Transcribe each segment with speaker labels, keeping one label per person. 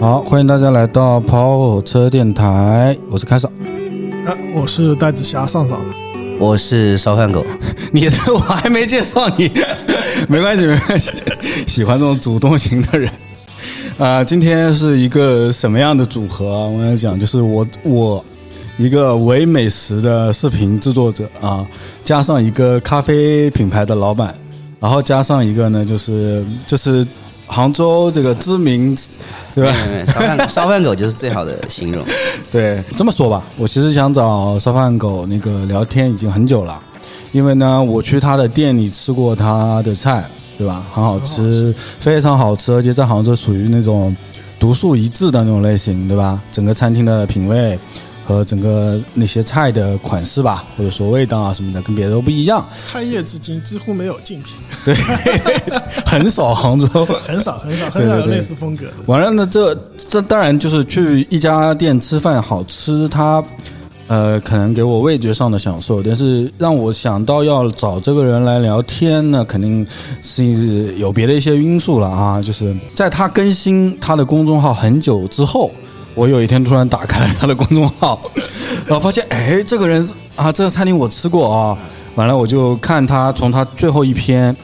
Speaker 1: 好，欢迎大家来到跑火车电台，我是开少。
Speaker 2: 啊，我是带子侠上上，
Speaker 3: 我是烧饭狗，
Speaker 1: 你这我还没介绍你，没关系没关系， 喜欢这种主动型的人。啊、今天是一个什么样的组合啊？我想讲，就是我我一个伪美食的视频制作者啊，加上一个咖啡品牌的老板，然后加上一个呢，就是就是杭州这个知名，对吧？
Speaker 3: 嗯烧饭烧饭狗就是最好的形容。
Speaker 1: 对，这么说吧，我其实想找烧饭狗那个聊天已经很久了，因为呢，我去他的店里吃过他的菜，对吧？很好吃，非常好吃，而且在杭州属于那种独树一帜的那种类型，对吧？整个餐厅的品味和整个那些菜的款式吧，或者说味道啊什么的，跟别的都不一样。
Speaker 2: 开业至今几乎没有竞 品，
Speaker 1: 对， 很少杭州。
Speaker 2: 很少很少很少
Speaker 1: 对
Speaker 2: 有
Speaker 1: 对对
Speaker 2: 类似风格的。
Speaker 1: 完了呢，这这当然就是去一家店吃饭好吃，它呃可能给我味觉上的享受，但是让我想到要找这个人来聊天呢，肯定是有别的一些因素了啊。就是在他更新他的公众号很久之后，我有一天突然打开了他的公众号，然后发现哎，这个人啊，这个餐厅我吃过啊。完了，我就看他从他最后一篇。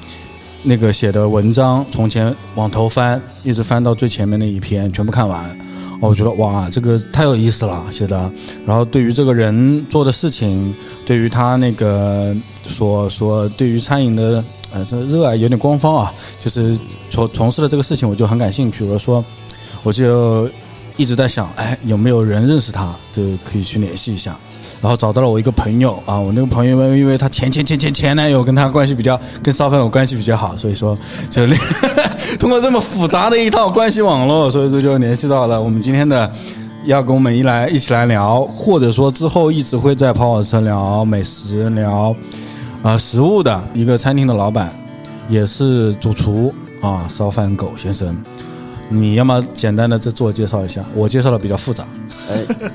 Speaker 1: 那个写的文章，从前往头翻，一直翻到最前面那一篇，全部看完。哦，我觉得哇，这个太有意思了，写的。然后对于这个人做的事情，对于他那个所所对于餐饮的呃这热爱有点官方啊，就是从从事的这个事情，我就很感兴趣。我说，我就一直在想，哎，有没有人认识他，就可以去联系一下。然后找到了我一个朋友啊，我那个朋友因为他前前前前前男友跟他关系比较，跟烧饭友关系比较好，所以说就联通过这么复杂的一套关系网络，所以说就联系到了我们今天的要跟我们一来一起来聊，或者说之后一直会在跑火车聊美食聊啊、呃食物的一个餐厅的老板，也是主厨啊烧饭狗先生。你要么简单的再自我介绍一下，我介绍的比较复杂，
Speaker 3: 呃，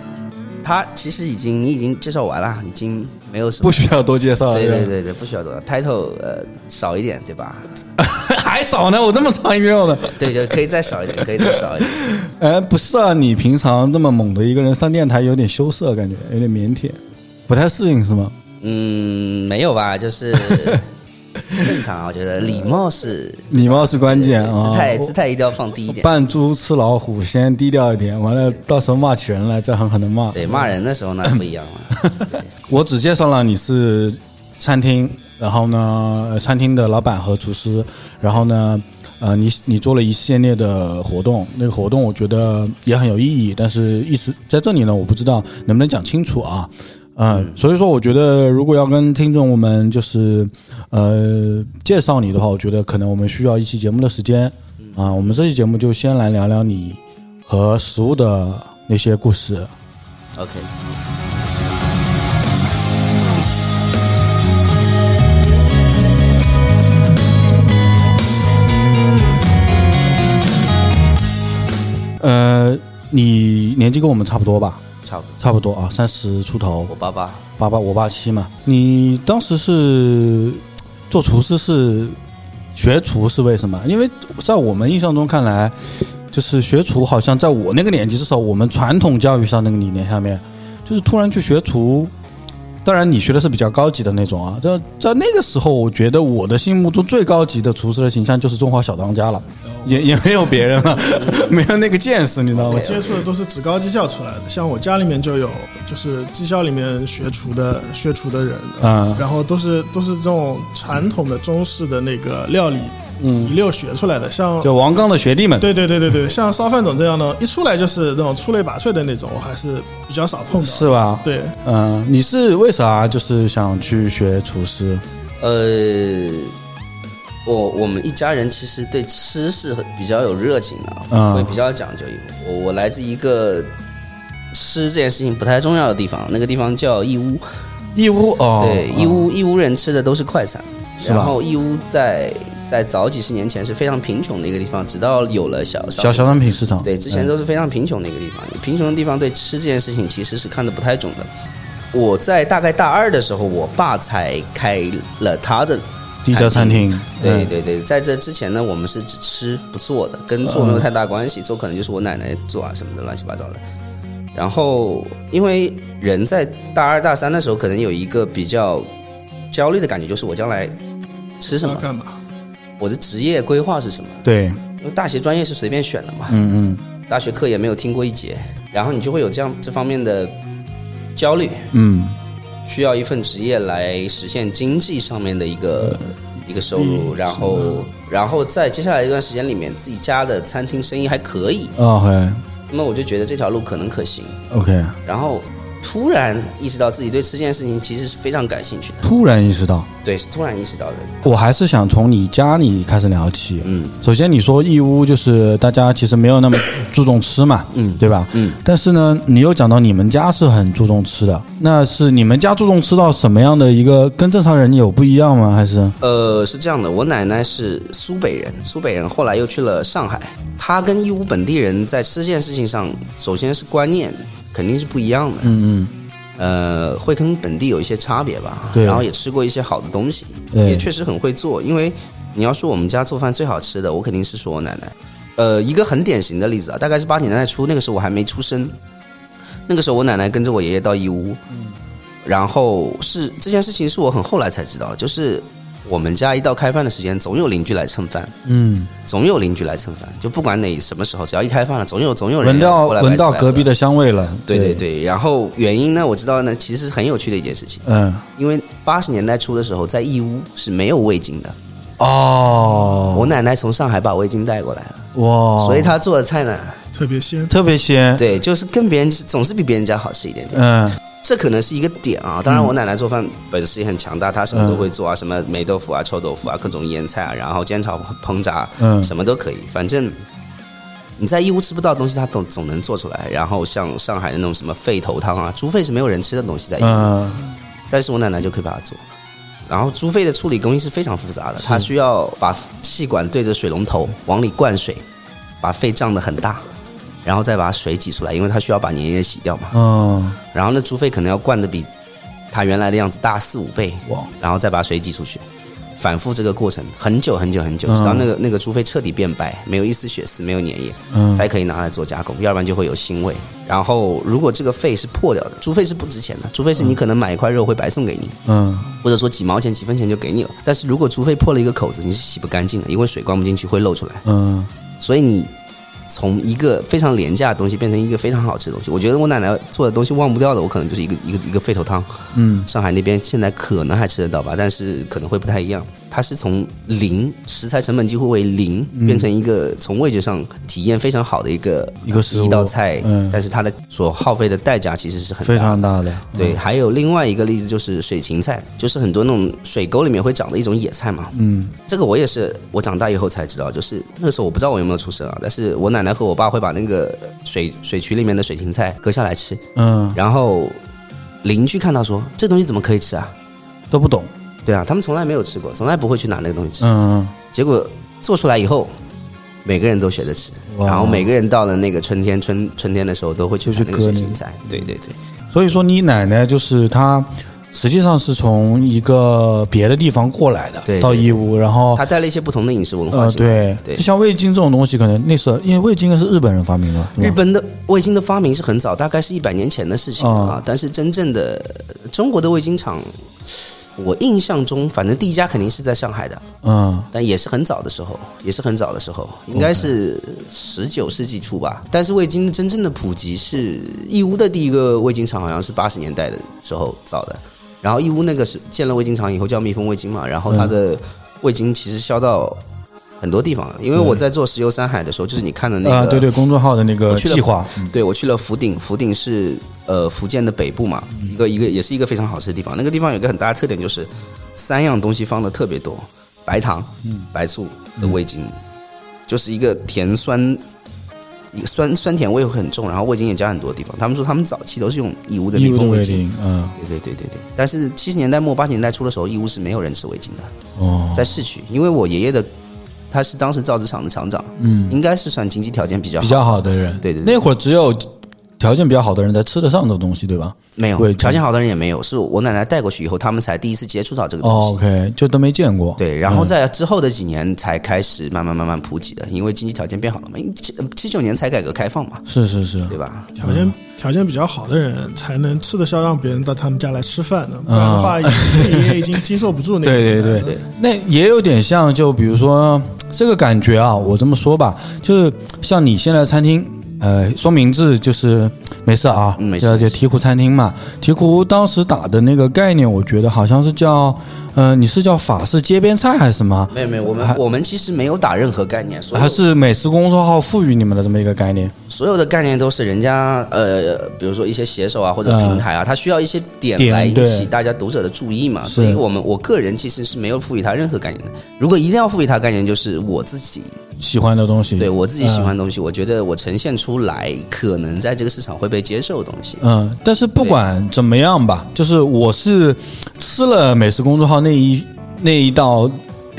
Speaker 3: 他其实已经你已经介绍完了，已经没有什么
Speaker 1: 不。需要多介绍了。
Speaker 3: 对
Speaker 1: 吧
Speaker 3: 对对对，不需要多了，title 呃少一点对吧？
Speaker 1: 还少呢，我这么长一篇呢。
Speaker 3: 对，就可以再少一点，可以再少一点。
Speaker 1: 哎，不是啊，你平常这么猛的一个人上电台，有点羞涩，感觉有点腼腆，不太适应是吗？
Speaker 3: 嗯，没有吧？就是正常啊，我觉得礼貌是
Speaker 1: 礼貌是关键啊，
Speaker 3: 姿态
Speaker 1: 我
Speaker 3: 姿态一定要放低一点。
Speaker 1: 扮猪吃老虎，先低调一点，完了到时候骂起人来再狠狠的骂。
Speaker 3: 对，骂人的时候呢不一样了。对
Speaker 1: 我只介绍了你是餐厅，然后呢，呃餐厅的老板和厨师，然后呢，呃，你你做了一系列的活动，那个活动我觉得也很有意义，但是一时在这里呢，我不知道能不能讲清楚啊。嗯，所以说我觉得，如果要跟听众我们就是，呃，介绍你的话，我觉得可能我们需要一期节目的时间啊、我们这期节目就先来聊聊你和食物的那些故事。
Speaker 3: OK，
Speaker 1: 呃，你年纪跟我们差不多吧？
Speaker 3: 差不多。
Speaker 1: 差不多啊，三十出头
Speaker 3: 我，爸爸
Speaker 1: 八八我八七嘛。你当时是做厨师是学厨是为什么？因为在我们印象中看来，就是学厨好像在我那个年纪，至少我们传统教育上那个理念下面，就是突然去学厨。当然，你学的是比较高级的那种啊。在在那个时候，我觉得我的心目中最高级的厨师的形象就是中华小当家了，也也没有别人了，没有那个见识，你知道吗
Speaker 2: 我？接触的都是职高技校出来的，像我家里面就有，就是技校里面学厨的学厨的人，
Speaker 1: 嗯
Speaker 2: 然后都是都是这种传统的中式的那个料理一溜学出来的， 像
Speaker 1: 就王刚的学弟们，
Speaker 2: 对对对对对，像烧饭总这样的，一出来就是那种出类拔萃的那种，我还是比较少碰到。
Speaker 1: 是吧？
Speaker 2: 对，
Speaker 1: 嗯、你是为啥就是想去学厨师？
Speaker 3: 呃，我我们一家人其实对吃是很比较有热情的、啊
Speaker 1: 嗯
Speaker 3: 会比较讲究一点。我我来自一个吃这件事情不太重要的地方，那个地方叫义乌，
Speaker 1: 义乌哦，
Speaker 3: 对，义乌义乌人吃的都是快餐，
Speaker 1: 是吧
Speaker 3: 然后义乌在在早几十年前是非常贫穷的一个地方，直到有了小
Speaker 1: 小小商品市场，
Speaker 3: 对，之前
Speaker 1: 嗯
Speaker 3: 都是非常贫穷的一个地方。贫穷的地方对吃这件事情其实是看得不太重的。我在大概大二的时候，我爸才开了他的
Speaker 1: 第一家嗯餐。厅，
Speaker 3: 对
Speaker 1: 嗯
Speaker 3: 对对，在这之前呢，我们是只吃不做的，跟做
Speaker 1: 嗯
Speaker 3: 没有太大关系，做可能就是我奶奶做啊什么的乱七八糟的。然后，因为人在大二大三的时候，可能有一个比较焦虑的感觉，就是我将来吃什
Speaker 2: 要
Speaker 3: 么，
Speaker 2: 干嘛？
Speaker 3: 我的职业规划是什么。
Speaker 1: 对，
Speaker 3: 因为大学专业是随便选的嘛，
Speaker 1: 嗯嗯
Speaker 3: 大学课也没有听过一节，然后你就会有这样这方面的焦虑，
Speaker 1: 嗯，
Speaker 3: 需要一份职业来实现经济上面的一个、
Speaker 1: 嗯
Speaker 3: 一个收入，然后然后在接下来一段时间里面，自己家的餐厅生意还可以，
Speaker 1: 哦
Speaker 3: 那么我就觉得这条路可能可行，
Speaker 1: 嘿，OK，
Speaker 3: 然后突然意识到自己对吃这件事情其实是非常感兴趣的，
Speaker 1: 突然意识到，
Speaker 3: 对，是突然意识到的，
Speaker 1: 我还是想从你家里开始聊起。
Speaker 3: 嗯
Speaker 1: 首先，你说义乌就是大家其实没有那么注重吃嘛，
Speaker 3: 嗯
Speaker 1: 对吧？
Speaker 3: 嗯，
Speaker 1: 但是呢，你又讲到你们家是很注重吃的，那是你们家注重吃到什么样的一个跟正常人有不一样吗？还是
Speaker 3: 呃，是这样的，我奶奶是苏北人，苏北人后来又去了上海。她跟义乌本地人在吃这件事情上，首先是观念肯定是不一样的，
Speaker 1: 嗯
Speaker 3: 呃，会跟本地有一些差别吧。
Speaker 1: 对
Speaker 3: 然后也吃过一些好的东西，
Speaker 1: 对
Speaker 3: 也确实很会做。因为你要说我们家做饭最好吃的，我肯定是说我奶奶。呃，一个很典型的例子啊，大概是八十年代初，那个时候我还没出生，那个时候我奶奶跟着我爷爷到义乌，然后是这件事情是我很后来才知道，就是我们家一到开饭的时间，总有邻居来蹭饭，
Speaker 1: 嗯
Speaker 3: 总有邻居来蹭饭，就不管哪什么时候，只要一开饭了，总有总有
Speaker 1: 嗯，
Speaker 3: 人
Speaker 1: 闻到
Speaker 3: 要过来
Speaker 1: 闻到隔壁
Speaker 3: 的。
Speaker 1: 的香味了。
Speaker 3: 对对，对，然后原因呢，我知道呢，其实是很有趣的一件事情，
Speaker 1: 嗯，
Speaker 3: 因为八十年代初的时候，在义乌是没有味精的，我
Speaker 1: 哦，
Speaker 3: 奶奶从上海把味精带过来了，
Speaker 1: 哇，
Speaker 3: 所以她做的菜 呢，
Speaker 2: 特别鲜，
Speaker 1: 特别鲜。，
Speaker 3: 对，就是跟别人总是比别人家好吃一点点。
Speaker 1: 嗯
Speaker 3: 这可能是一个点啊。当然，我奶奶做饭本事也很强大，她什么都会做啊，什么霉豆腐啊、臭豆腐啊、各种腌菜啊，然后煎炒烹炸，
Speaker 1: 嗯
Speaker 3: 什么都可以。反正你在义乌吃不到的东西，她总总能做出来。然后像上海的那种什么肺头汤啊，猪肺是没有人吃的东西在义乌，
Speaker 1: 嗯，
Speaker 3: 但是我奶奶就可以把它做。然后猪肺的处理工艺是非常复杂的，它需要把气管对着水龙头往里灌水，把肺胀得很大，然后再把水挤出来，因为它需要把粘液洗掉嘛。
Speaker 1: 嗯，
Speaker 3: 然后那猪肺可能要灌的比它原来的样子大四五倍，
Speaker 1: 哇，
Speaker 3: 然后再把水挤出去，反复这个过程很久很久很久，直到那个那个猪肺彻底变白，没有一丝血丝，没有粘液，
Speaker 1: 嗯
Speaker 3: 才可以拿来做加工，要不然就会有腥味。然后如果这个肺是破掉的，猪肺是不值钱的，猪肺是你可能买一块肉会白送给你，
Speaker 1: 嗯，
Speaker 3: 或者说几毛钱几分钱就给你了。但是如果猪肺破了一个口子，你是洗不干净的，因为水灌不进去会漏出来。
Speaker 1: 嗯，
Speaker 3: 所以你从一个非常廉价的东西变成一个非常好吃的东西。我觉得我奶奶做的东西忘不掉的，我可能就是一个一个一个肺头汤。
Speaker 1: 嗯，
Speaker 3: 上海那边现在可能还吃得到吧，但是可能会不太一样。它是从零食材成本几乎为零，
Speaker 1: 嗯
Speaker 3: 变成一个从味觉上体验非常好的一个
Speaker 1: 一个食物
Speaker 3: 一道菜，
Speaker 1: 嗯
Speaker 3: 但是它的所耗费的代价其实是很大
Speaker 1: 非
Speaker 3: 的
Speaker 1: 常大的。
Speaker 3: 对，还有另外一个例子就是水芹菜，就是很多那种水沟里面会长的一种野菜嘛。
Speaker 1: 嗯，
Speaker 3: 这个我也是我长大以后才知道，就是那个时候我不知道我有没有出生啊，但是我奶奶和我爸会把那个水水渠里面的水芹菜割下来吃，
Speaker 1: 嗯，
Speaker 3: 然后邻居看到说这东西怎么可以吃啊？
Speaker 1: 都不懂。
Speaker 3: 对啊，他们从来没有吃过，从来不会去拿那个东西吃。
Speaker 1: 嗯，
Speaker 3: 结果做出来以后，每个人都学着吃，
Speaker 1: 哇
Speaker 3: 然后每个人到了那个春天春春天的时候都会去
Speaker 1: 就
Speaker 3: 采
Speaker 1: 去
Speaker 3: 那个
Speaker 1: 割
Speaker 3: 水
Speaker 1: 那
Speaker 3: 芹
Speaker 1: 个
Speaker 3: 菜。对对对。
Speaker 1: 所以说你奶奶就是她，实际上是从一个别的地方过来的，
Speaker 3: 对对
Speaker 1: 到义乌，然后
Speaker 3: 他带了一些不同的饮食文化
Speaker 1: 呃，
Speaker 3: 进来。
Speaker 1: 哦对，
Speaker 3: 对
Speaker 1: 就像味精这种东西，可能那时候因为味精应该是日本人发明的，对吧
Speaker 3: 日本的味精的发明是很早，大概是一百年前的事情
Speaker 1: 哦
Speaker 3: 了啊。但是真正的呃中国的味精厂，我印象中，反正第一家肯定是在上海的，
Speaker 1: 嗯
Speaker 3: 但也是很早的时候，也是很早的时候，应该是十九世纪初吧。但是味精的真正的普及是义乌的第一个味精厂，好像是八十年代的时候造的。然后
Speaker 1: 嗯
Speaker 3: 义乌那个是建了味精厂以后叫蜜蜂味精嘛，然后它的味精其实销到很多地方，因为我在做石油山海的时候，就是你看的那个，
Speaker 1: 嗯啊，对对，公众号的那个
Speaker 3: 我去了
Speaker 1: 呃计划，嗯
Speaker 3: 对我去了福鼎，福鼎是呃福建的北部嘛，
Speaker 1: 嗯
Speaker 3: 一个一个也是一个非常好吃的地方。那个地方有一个很大的特点就是三样东西放的特别多，白糖、
Speaker 1: 嗯
Speaker 3: 白醋和味精，就是一个甜酸。一个酸酸甜味会很重，然后味精也加很多地方。他们说他们早期都是用义乌的
Speaker 1: 义
Speaker 3: 密
Speaker 1: 乌的
Speaker 3: 封
Speaker 1: 味
Speaker 3: 味精，
Speaker 1: 精，嗯，
Speaker 3: 对对对对对。但是七十年代末八十年代初的时候，义乌是没有人吃味精的，
Speaker 1: 哦，
Speaker 3: 在市区，因为我爷爷的他是当时造纸厂的厂长，嗯，应该是算经济条件比较好
Speaker 1: 比较好的人，
Speaker 3: 对对对
Speaker 1: 那会儿只有条件比较好的人才吃得上这个东西，对吧？
Speaker 3: 没
Speaker 1: 味
Speaker 3: 有
Speaker 1: 精
Speaker 3: 条件好的人也没有，是我奶奶带过去以后，他们才第一次接触到这个东西。
Speaker 1: 哦，OK，就都嗯没见过，
Speaker 3: 对，然后在之后的几年才开始慢慢慢慢普及的，因为经济条件变好了嘛，因为七呃七九年才改革开放嘛，
Speaker 1: 是是是，
Speaker 3: 对吧？
Speaker 2: 条件条件比较好的人才能吃得消，让别人到他们家来吃饭的，
Speaker 3: 啊
Speaker 2: 不然的话，爷爷已经经受不 住那个。
Speaker 1: 对对对，那也有点像，就比如说这个感觉啊，我这么说吧，就是像你现在餐厅，呃，说明字就是没事啊，
Speaker 3: 嗯没事
Speaker 1: 就
Speaker 3: 没
Speaker 1: 就
Speaker 3: 事
Speaker 1: 鹈鹕餐厅嘛，鹈鹕当时打的那个概念，我觉得好像是叫，呃，你是叫法式街边菜还是什么？
Speaker 3: 没有没有，我们我们其实没有打任何概念，所有
Speaker 1: 还是美食公众号赋予你们的这么一个概念？
Speaker 3: 所有的概念都是人家呃，比如说一些写手啊或者平台啊，它需要一些点
Speaker 1: 嗯点
Speaker 3: 来引起
Speaker 1: 对
Speaker 3: 大家读者的注意嘛。
Speaker 1: 是
Speaker 3: 所以我们我个人其实是没有赋予它任何概念的。如果一定要赋予它概念，就是我自己
Speaker 1: 喜欢的东西，
Speaker 3: 对我自己喜欢
Speaker 1: 嗯。
Speaker 3: 的东西，我觉得我呈现出来可能在这个市场会被接受的东西。
Speaker 1: 嗯，但是不管怎么样吧，就是我是吃了美食公众号那一那一道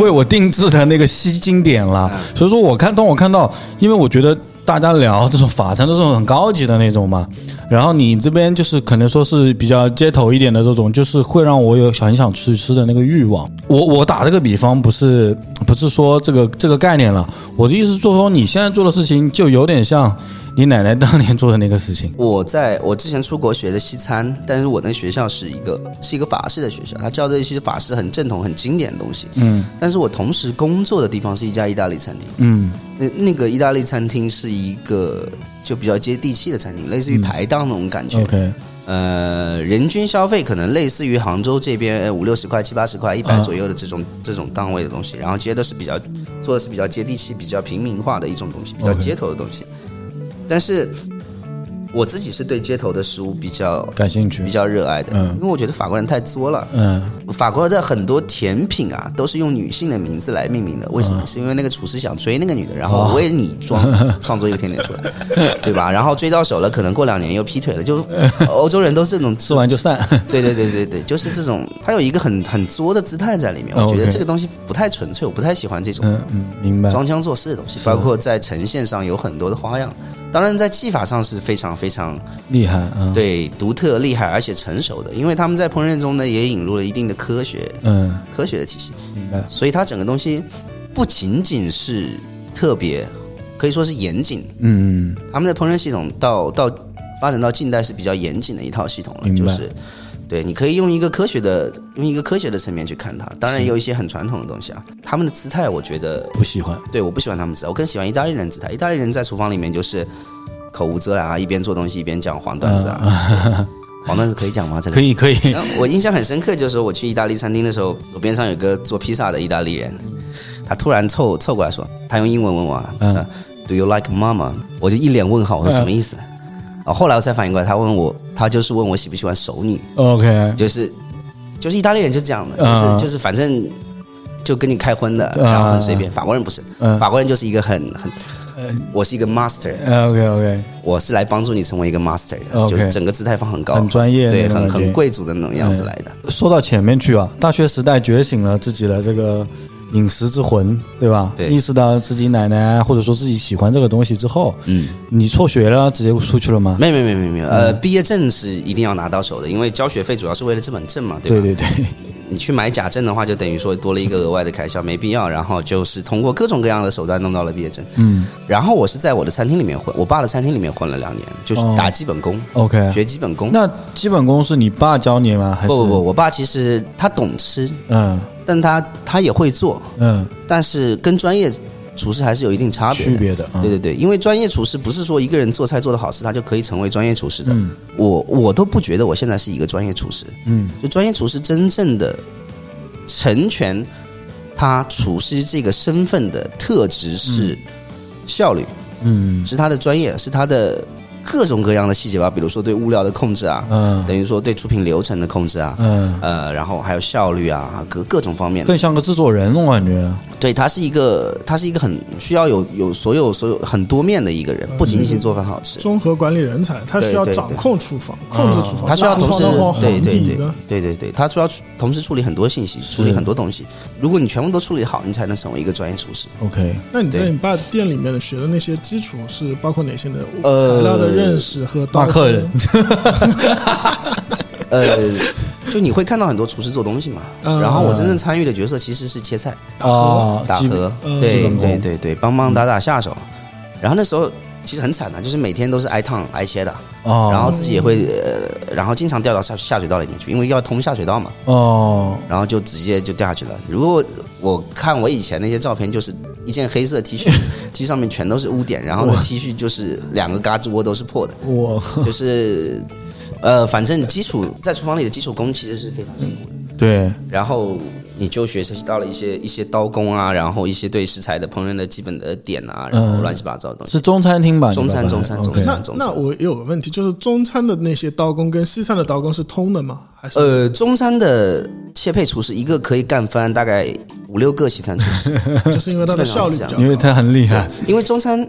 Speaker 1: 为我定制的那个西经典了，所以说我看当我看到，因为我觉得大家聊这种法餐都是很高级的那种嘛，然后你这边就是可能说是比较街头一点的这种，就是会让我有很想去吃的那个欲望。我我打这个比方不是不是说这个这个概念了，我的意思是说你现在做的事情就有点像你奶奶当年做的那个事情。
Speaker 3: 我在我之前出国学的西餐，但是我那学校是一个是一个法式的学校，它教的一些法式很正统、很经典的东西。嗯，但是我同时工作的地方是一家意大利餐厅。
Speaker 1: 嗯，
Speaker 3: 那那个意大利餐厅是一个就比较接地气的餐厅，类似于排档那种感觉。
Speaker 1: 嗯 OK，
Speaker 3: 呃，人均消费可能类似于杭州这边呃五六十块、七八十块、一百
Speaker 1: 嗯
Speaker 3: 左右的这种、这种档位的东西，然后接的是比较做的是比较接地气、比较平民化的一种东西，比较
Speaker 1: OK
Speaker 3: 街头的东西。但是我自己是对街头的食物比较
Speaker 1: 感兴趣
Speaker 3: 比。较热爱的，
Speaker 1: 嗯
Speaker 3: 因为我觉得法国人太作了。
Speaker 1: 嗯，
Speaker 3: 法国的很多甜品啊，都是用女性的名字来命名的，为什
Speaker 1: 嗯
Speaker 3: 么？是因为那个厨师想追那个女的，然
Speaker 1: 哦
Speaker 3: 后为你装 创作一个甜点出来，对吧？然后追到手了，可能过两年又劈腿 了，就欧洲人都是这种
Speaker 1: 吃完就。 散。
Speaker 3: 对对对对对，就是这种，他有一个很很作的姿态在里面，
Speaker 1: 嗯
Speaker 3: 我觉得
Speaker 1: OK
Speaker 3: 这个东西不太纯粹，我不太喜欢这种
Speaker 1: 嗯 嗯，明白。
Speaker 3: 装腔作势的东西，包括在呈现上有很多的花样。当然，在技法上是非常非常
Speaker 1: 厉害啊。嗯，
Speaker 3: 对独特、厉害而且成熟的，因为他们在烹饪中呢也引入了一定的科学，
Speaker 1: 嗯，
Speaker 3: 科学的体系，
Speaker 1: 明白。
Speaker 3: 所以它整个东西不仅仅是特别，可以说是严谨。
Speaker 1: 嗯嗯
Speaker 3: 他们的烹饪系统到到发展到近代是比较严谨的一套系统了，
Speaker 1: 明
Speaker 3: 就
Speaker 1: 白
Speaker 3: 是对，你可以用一个科学的用一个科学的层面去看它。当然也有一些很传统的东西啊，他们的姿态我觉得
Speaker 1: 不喜欢。
Speaker 3: 对，我不喜欢他们姿态，我更喜欢意大利人姿态。意大利人在厨房里面就是口无遮拦啊，一边做东西一边讲黄段子啊， 黄段子可以讲吗？这
Speaker 1: 嗯
Speaker 3: 里
Speaker 1: 可。以可以。
Speaker 3: 然后我印象很深刻，就是我去意大利餐厅的时候，我边上有个做披萨的意大利人，他突然凑凑过来说，他用英文问我、
Speaker 1: 嗯
Speaker 3: 呃 d o you like mama？” 我就一脸问号，我
Speaker 1: 嗯
Speaker 3: 说什么意思？啊，后来我才反应过来，他问我，他就是问我喜不喜欢熟女，
Speaker 1: OK，
Speaker 3: 就是就是意大利人就是这样的，就是、
Speaker 1: 嗯
Speaker 3: 就是反正就跟你开荤的，
Speaker 1: 嗯
Speaker 3: 然后很随便。法国人不是，
Speaker 1: 嗯
Speaker 3: 法国人就是一个很很，我是一个 master，
Speaker 1: OK OK，
Speaker 3: 我是来帮助你成为一个 master 的，
Speaker 1: OK
Speaker 3: 就是整个姿态放很高，
Speaker 1: 很专业
Speaker 3: 对，
Speaker 1: 那种
Speaker 3: 很
Speaker 1: 感觉
Speaker 3: 很贵族的那种样子来的。
Speaker 1: 说到前面去啊，大学时代觉醒了自己的这个饮食之魂，对吧？
Speaker 3: 对
Speaker 1: 意识到自己奶奶或者说自己喜欢这个东西之后，
Speaker 3: 嗯，
Speaker 1: 你辍学了，直接出去了吗？
Speaker 3: 没有没有没有没有没有，呃，毕业证是一定要拿到手的，因为交学费主要是为了这本证嘛，对吧？
Speaker 1: 对对对，
Speaker 3: 你去买假证的话，就等于说多了一个额外的开销，没必要。然后就是通过各种各样的手段弄到了毕业证。嗯，然后我是在我的餐厅里面混，我爸的餐厅里面混了两年，就是
Speaker 1: 哦
Speaker 3: 打基本功，
Speaker 1: OK
Speaker 3: 学基本功。
Speaker 1: 那基本功是你爸教你吗？还是
Speaker 3: 不不不，，我爸其实他懂吃，
Speaker 1: 嗯
Speaker 3: 但他他也会做，
Speaker 1: 嗯，
Speaker 3: 但是跟专业厨师还是有一定差别的。
Speaker 1: 区别的，嗯
Speaker 3: 对对对，因为专业厨师不是说一个人做菜做的好吃，他就可以成为专业厨师的。
Speaker 1: 嗯
Speaker 3: 我我都不觉得我现在是一个专业厨师。
Speaker 1: 嗯，
Speaker 3: 就专业厨师真正的成全他厨师这个身份的特质是效率，
Speaker 1: 嗯
Speaker 3: 是他的专业，是他的各种各样的细节吧，比如说对物料的控制啊，
Speaker 1: 嗯
Speaker 3: 等于说对出品流程的控制啊，
Speaker 1: 嗯，
Speaker 3: 呃，然后还有效率啊，各各种方面的。
Speaker 1: 更像个制作人，我感觉。
Speaker 3: 对，他是一个，他是一个很需要有有所有所有很多面的一个人，
Speaker 1: 嗯
Speaker 3: 不仅仅是做饭好吃，
Speaker 2: 综合管理人才，他需要
Speaker 3: 对对对
Speaker 2: 掌控厨房，控制厨房，
Speaker 3: 啊他需要
Speaker 2: 厨
Speaker 3: 同
Speaker 2: 房
Speaker 3: 时
Speaker 2: 的话
Speaker 3: 对
Speaker 2: 皇
Speaker 3: 对
Speaker 2: 帝
Speaker 3: 对
Speaker 2: 的。
Speaker 3: 对对对，他需要同时处理很多信息，处理很多东西。如果你全部都处理好，你才能成为一个专业 厨师。
Speaker 1: OK，
Speaker 2: 那你在
Speaker 3: 对
Speaker 2: 你爸店里面的学的那些基础是包括哪些呢？
Speaker 3: 呃
Speaker 2: 材料的认识和刀
Speaker 1: 纳克
Speaker 2: 工
Speaker 1: 人
Speaker 3: 呃，就你会看到很多厨师做东西嘛。
Speaker 2: 嗯
Speaker 3: 然后我真正参与的角色其实是切菜、
Speaker 1: 啊，
Speaker 3: 打
Speaker 1: 基本
Speaker 3: 和，
Speaker 2: 嗯基
Speaker 3: 对
Speaker 1: 本功嗯
Speaker 3: 对对对，帮帮打打下手。然后那时候其实很惨的，啊就是每天都是挨烫挨切的，
Speaker 1: 哦，
Speaker 3: 然后自己也会呃，然后经常掉到下下水道里面去，因为要通下水道嘛。
Speaker 1: 哦，
Speaker 3: 然后就直接就掉下去了。如果我看我以前那些照片，就是一件黑 色 T 恤，T 上面全都是污点，然后呢 T 恤就是两个嘎吱窝都 是破的，
Speaker 1: 我
Speaker 3: 就是呃，反正基础在厨房里的基础功其实是非常辛苦的。
Speaker 1: 对，
Speaker 3: 然后你就学习到了一些一些刀工啊，然后一些对食材的烹饪的基本的点啊，然后
Speaker 1: 嗯
Speaker 3: 乱七八糟的东西。
Speaker 1: 是中餐厅吧？
Speaker 3: 中餐
Speaker 1: 你爸爸
Speaker 3: 中餐
Speaker 1: OK
Speaker 3: 中餐
Speaker 2: 那那我也有个问题，就是中餐的那些刀工跟西餐的刀工是通的吗？还是
Speaker 3: 呃，中餐的切配厨师一个可以干翻大概五六个西餐厨师，
Speaker 2: 就是因为它的效率比较
Speaker 3: 基
Speaker 2: 高？
Speaker 1: 因为他很厉害，
Speaker 3: 因为中餐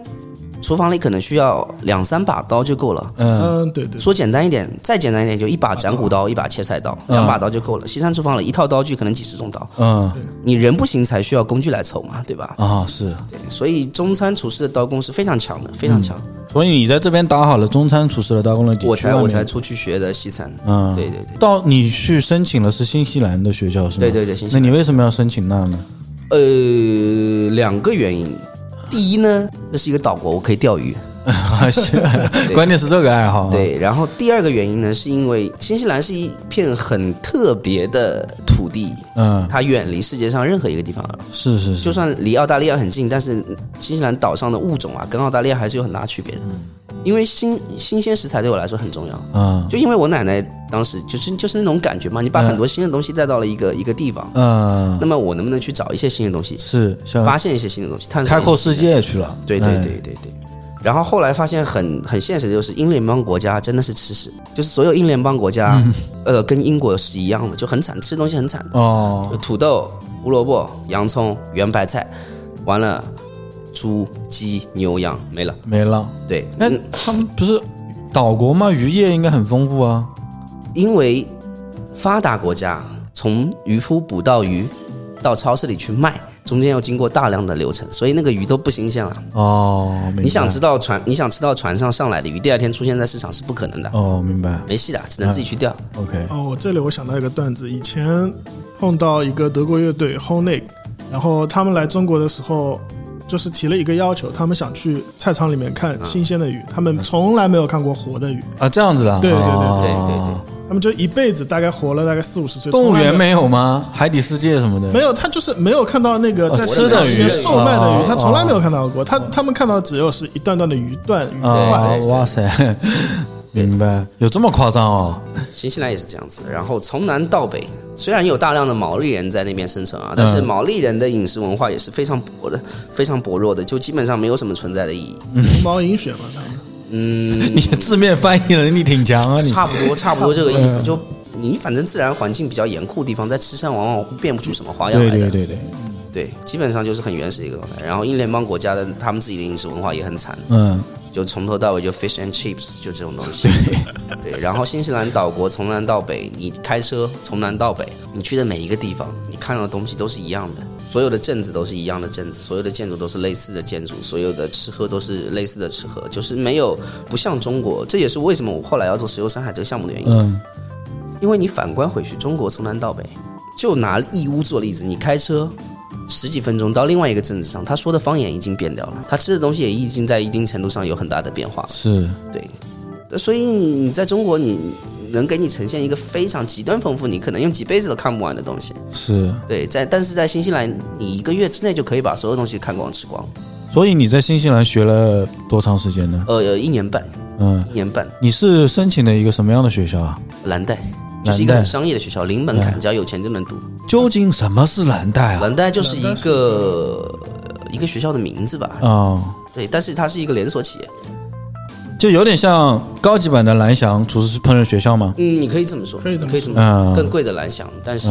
Speaker 3: 厨房里可能需要两三把刀就够了。
Speaker 1: 嗯
Speaker 2: 嗯，对对，
Speaker 3: 说简单一点，再简单一点，就一把斩骨刀，一把切菜刀，
Speaker 1: 嗯
Speaker 3: 两把刀就够了。西餐厨房里一套刀具可能几十种刀，
Speaker 1: 嗯
Speaker 3: 你人不行才需要工具来凑嘛，对吧？
Speaker 1: 啊是，
Speaker 3: 对，所以中餐厨师的刀工是非常强的，非常强。
Speaker 1: 所以你在这边打好了中餐厨师嗯的打工了，
Speaker 3: 我才我才
Speaker 1: 去
Speaker 3: 出去学的西餐，
Speaker 1: 外面嗯
Speaker 3: 对对对。
Speaker 1: 到你去申请了是新西兰的学校是吗？
Speaker 3: 对对对新
Speaker 1: 嗯
Speaker 3: 西
Speaker 1: 那
Speaker 3: 兰
Speaker 1: 你为什么要申请那 呢？
Speaker 3: 呃，两个原因，第一呢，这是一个岛国，我可以钓鱼。
Speaker 1: 啊是，关键是这个爱好啊。
Speaker 3: 对，然后第二个原因呢，是因为新西兰是一片很特别的土地，
Speaker 1: 嗯，
Speaker 3: 它远离世界上任何一个地方了。
Speaker 1: 是是是，
Speaker 3: 就算离澳大利亚很近，但是新西兰岛上的物种啊，跟澳大利亚还是有很大区别的。因为新新鲜食材对我来说很重要，
Speaker 1: 嗯
Speaker 3: 就因为我奶奶当时就是就是那种感觉嘛，你把很多新的东西带到了一个一个地方，那
Speaker 1: 嗯
Speaker 3: 么我能不能去找一些新的东西，
Speaker 1: 是像
Speaker 3: 发现一些新的东西，探索
Speaker 1: 开阔
Speaker 3: 一些
Speaker 1: 世
Speaker 3: 新的？
Speaker 1: 界去了。
Speaker 3: 对对
Speaker 1: 哎
Speaker 3: 对对对。然后后来发现很很现实的就是英联邦国家真的是吃屎，就是所有英联邦国家，
Speaker 1: 嗯
Speaker 3: 呃，跟英国是一样的，就很惨，吃东西很惨的。
Speaker 1: 哦，
Speaker 3: 土豆、胡萝卜、洋葱、圆白菜，完了，猪、鸡、牛、羊没了。
Speaker 1: 没了。
Speaker 3: 对，
Speaker 1: 那
Speaker 3: 嗯
Speaker 1: 他们不是岛国吗？渔业应该很丰富啊。
Speaker 3: 因为发达国家从渔夫捕到鱼到超市里去卖，中间要经过大量的流程，所以那个鱼都不新鲜了。
Speaker 1: 哦，明白
Speaker 3: 你想吃到船，你想吃到船上上来的鱼，第二天出现在市场是不可能的，
Speaker 1: 哦，明白。
Speaker 3: 没戏的，只能自己去钓。
Speaker 1: OK，
Speaker 2: 哦，我这里我想到一个段子，以前碰到一个德国乐队 h o n e 然后他们来中国的时候，就是提了一个要求，他们想去菜场里面
Speaker 1: 嗯
Speaker 2: 看新鲜的鱼，他们从来没有看过活的鱼，
Speaker 1: 啊，这样子的。
Speaker 2: 对对对
Speaker 1: 哦
Speaker 3: 对对对
Speaker 2: 他们就一辈子大概活了大概四五十岁，
Speaker 1: 动物
Speaker 2: 从来
Speaker 1: 园
Speaker 2: 没
Speaker 1: 没有吗？海底世界什么的？
Speaker 2: 没有，他就是没有看到那个
Speaker 1: 哦
Speaker 2: 在
Speaker 1: 吃
Speaker 3: 的
Speaker 2: 市场
Speaker 3: 鱼
Speaker 2: 售卖的
Speaker 1: 哦
Speaker 2: 鱼，他从来没有看到过，他他们看到的只有是一段段的鱼段鱼
Speaker 1: 啊
Speaker 2: 块，
Speaker 3: 对对，对
Speaker 1: 哇塞，明白，有这么夸张哦？
Speaker 3: 新西兰也是这样子。然后从南到北，虽然有大量的毛利人在那边生存啊，但是毛利人的饮食文化也是非常薄的，非常薄弱的，就基本上没有什么存在的意义。
Speaker 2: 茹毛饮血嘛，他们。
Speaker 3: 嗯，
Speaker 1: 你字面翻译能力挺强啊，你
Speaker 3: 差不多，差不多这个意思。就你反正自然环境比较严酷的地方，在吃上往往变不出什么花样来
Speaker 1: 对
Speaker 3: 的。
Speaker 1: 对对对，
Speaker 3: 对基本上就是很原始的一个状态。然后英联邦国家的他们自己的饮食文化也很惨，
Speaker 1: 嗯，
Speaker 3: 就从头到尾就 fish and chips 就这种东西。对，然后新西兰岛国从南到北，你开车从南到北，你去的每一个地方，你看到的东西都是一样的，所有的镇子都是一样的镇子，所有的建筑都是类似的建筑，所有的吃喝都是类似的吃喝，就是没有不像中国，这也是为什么我后来要做石油深海这个项目的原因。
Speaker 1: 嗯
Speaker 3: 因为你反观回去，中国从南到北，就拿义乌做例子，你开车十几分钟到另外一个镇子上，他说的方言已经变掉了，他吃的东西也已经在一定程度上有很大的变化了。
Speaker 1: 是，
Speaker 3: 对，所以你你在中国，你能给你呈现一个非常极端丰富，你可能用几辈子都看不完的东西。
Speaker 1: 是，
Speaker 3: 对，在但是在新西兰，你一个月之内就可以把所有东西看光吃光。
Speaker 1: 所以你在新西兰学了多长时间呢？
Speaker 3: 呃，有一年半，
Speaker 1: 嗯，
Speaker 3: 一年半，
Speaker 1: 你是申请的一个什么样的学校啊？
Speaker 3: 蓝带就是一个
Speaker 1: 蓝
Speaker 3: 很
Speaker 1: 带
Speaker 3: 商业的学校，零门槛，只要有钱就能读。
Speaker 1: 究竟什么是蓝带啊？
Speaker 3: 蓝带就是一个一个学校的名字吧，
Speaker 1: 啊、
Speaker 3: 对，但是它是一个连锁企业，
Speaker 1: 就有点像高级版的蓝翔厨师烹饪学校吗？
Speaker 3: 嗯，你可以这么说，
Speaker 2: 可以这么说
Speaker 3: 这
Speaker 1: 嗯
Speaker 3: 更贵的蓝翔。但是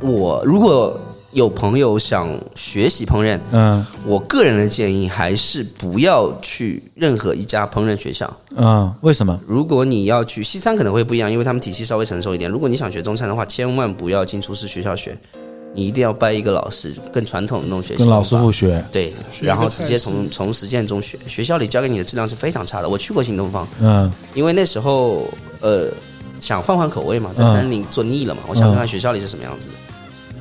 Speaker 3: 我如果有朋友想学习烹饪，
Speaker 1: 嗯
Speaker 3: 我个人的建议还是不要去任何一家烹饪学校。
Speaker 1: 嗯，为什么？
Speaker 3: 如果你要去西餐可能会不一样，因为他们体系稍微成熟一点。如果你想学中餐的话，千万不要进厨师学校学，你一定要拜一个老师，更传统的那种学习
Speaker 1: 跟老师
Speaker 3: 方法
Speaker 1: 傅学？
Speaker 3: 对，
Speaker 2: 学一
Speaker 3: 然
Speaker 2: 个
Speaker 3: 后
Speaker 2: 菜
Speaker 3: 直接
Speaker 2: 式
Speaker 3: 从从实践中学。学校里教给你的质量是非常差的。我去过新东方，
Speaker 1: 嗯
Speaker 3: 因为那时候呃想换换口味嘛，在
Speaker 1: 嗯
Speaker 3: 餐厅做腻了嘛，我想看看学校里是什么样子的。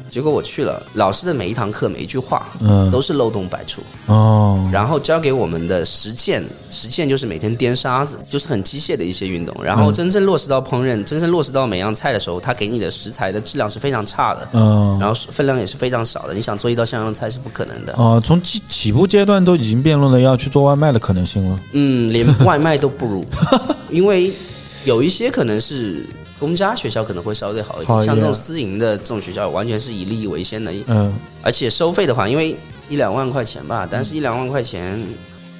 Speaker 3: 结果我去了，老师的每一堂课每一句话
Speaker 1: 嗯
Speaker 3: 都是漏洞百出，
Speaker 1: 哦
Speaker 3: 然后教给我们的实践，实践就是每天颠沙子，就是很机械的一些运动。然
Speaker 1: 嗯
Speaker 3: 后真正落实到烹饪，真正落实到每样菜的时候，他给你的食材的质量是非常差的，
Speaker 1: 嗯
Speaker 3: 然后分量也是非常少的。你想做一道像样的菜是不可能的。
Speaker 1: 哦，从起起步阶段都已经辩论了要去做外卖的可能性了。
Speaker 3: 嗯，连外卖都不如， 因为有一些可能是公家学校可能会稍微好一
Speaker 1: 好
Speaker 3: 点，
Speaker 1: 一点
Speaker 3: 像这种私营的这种学校完全是以利益为先的，
Speaker 1: 嗯
Speaker 3: 而且收费的话，因为一两万块钱吧，但是一两万块钱，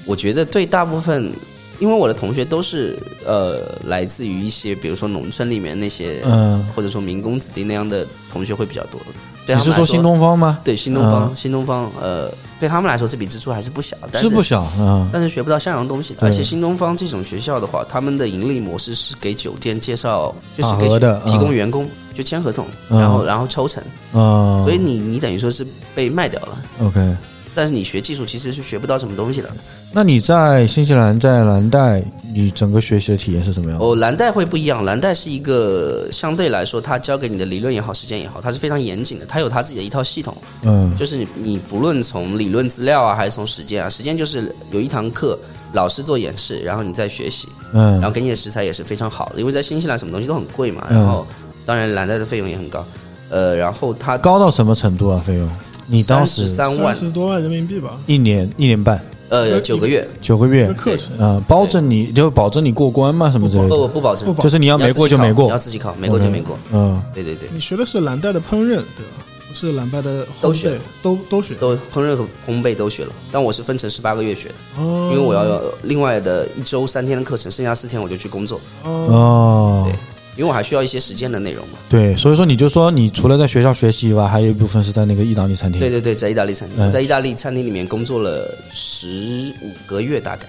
Speaker 3: 我觉得对大部分。因为我的同学都是呃来自于一些，比如说农村里面那些，
Speaker 1: 嗯，
Speaker 3: 或者说民工子弟那样的同学会比较多。对
Speaker 1: 你
Speaker 3: 他
Speaker 1: 是
Speaker 3: 们来
Speaker 1: 说
Speaker 3: 说
Speaker 1: 新？东方吗？
Speaker 3: 对新东方，
Speaker 1: 嗯
Speaker 3: 新东方，呃，对他们来说这笔支出还是不小，但
Speaker 1: 是不小，嗯
Speaker 3: 但是学不到像样东西的。
Speaker 1: 对
Speaker 3: 而且新东方这种学校的话，他们的盈利模式是给酒店介绍，就是
Speaker 1: 打
Speaker 3: 给
Speaker 1: 和的
Speaker 3: 提供
Speaker 1: 嗯
Speaker 3: 员工，就签合同，
Speaker 1: 嗯
Speaker 3: 然后然后抽成，
Speaker 1: 嗯，
Speaker 3: 所以你你等于说是被卖掉了。
Speaker 1: OK。
Speaker 3: 但是你学技术其实是学不到什么东西的。
Speaker 1: 那你在新西兰在蓝带，你整个学习的体验是怎么样的？
Speaker 3: 哦，蓝带会不一样，蓝带是一个相对来说，它教给你的理论也好，实践也好，它是非常严谨的，它有它自己的一套系统。
Speaker 1: 嗯
Speaker 3: 就是你你不论从理论资料啊，还是从实践啊，实践就是有一堂课，老师做演示，然后你再学习。然后
Speaker 1: 嗯
Speaker 3: 给你的食材也是非常好的，因为在新西兰什么东西都很贵嘛，
Speaker 1: 嗯
Speaker 3: 然后当然蓝带的费用也很高，呃，然后它
Speaker 1: 高到什么程度啊？费用？你当时
Speaker 3: 三
Speaker 2: 三
Speaker 3: 万，
Speaker 2: 十多万人民币吧，
Speaker 1: 一年一年半
Speaker 3: 呃，九个月，
Speaker 1: 九个
Speaker 2: 一
Speaker 1: 月
Speaker 2: 个，课程。
Speaker 1: 嗯，保证你就保证你过关吗？什么之类
Speaker 3: 不
Speaker 1: 的？
Speaker 3: 不保证，
Speaker 2: 不
Speaker 1: 就是你要
Speaker 3: 你
Speaker 1: 没过
Speaker 3: 自己
Speaker 1: 就
Speaker 3: 考
Speaker 1: 没
Speaker 3: 你要
Speaker 1: 过。
Speaker 3: 自己考，没过就没过，
Speaker 1: 嗯
Speaker 3: 对对对，
Speaker 2: 你学的是蓝带的烹饪，对吧？不是蓝带的
Speaker 3: 都
Speaker 2: 烘
Speaker 3: 学
Speaker 2: 焙，都都学。
Speaker 3: 都烹饪和烘焙都学了，但我是分成十八个月学的，
Speaker 2: 哦
Speaker 3: 因为我要有另外的一周三天的课程，剩下四天我就去工作，
Speaker 2: 哦，
Speaker 1: 哦
Speaker 3: 对，因为我还需要一些实践的内容嘛，
Speaker 1: 对，所以说你就说你除了在学校学习以外，还有一部分是在那个意大利餐厅。
Speaker 3: 对对对，在意大利餐厅，
Speaker 1: 嗯
Speaker 3: 在意大利餐厅里面工作了十五个月，大概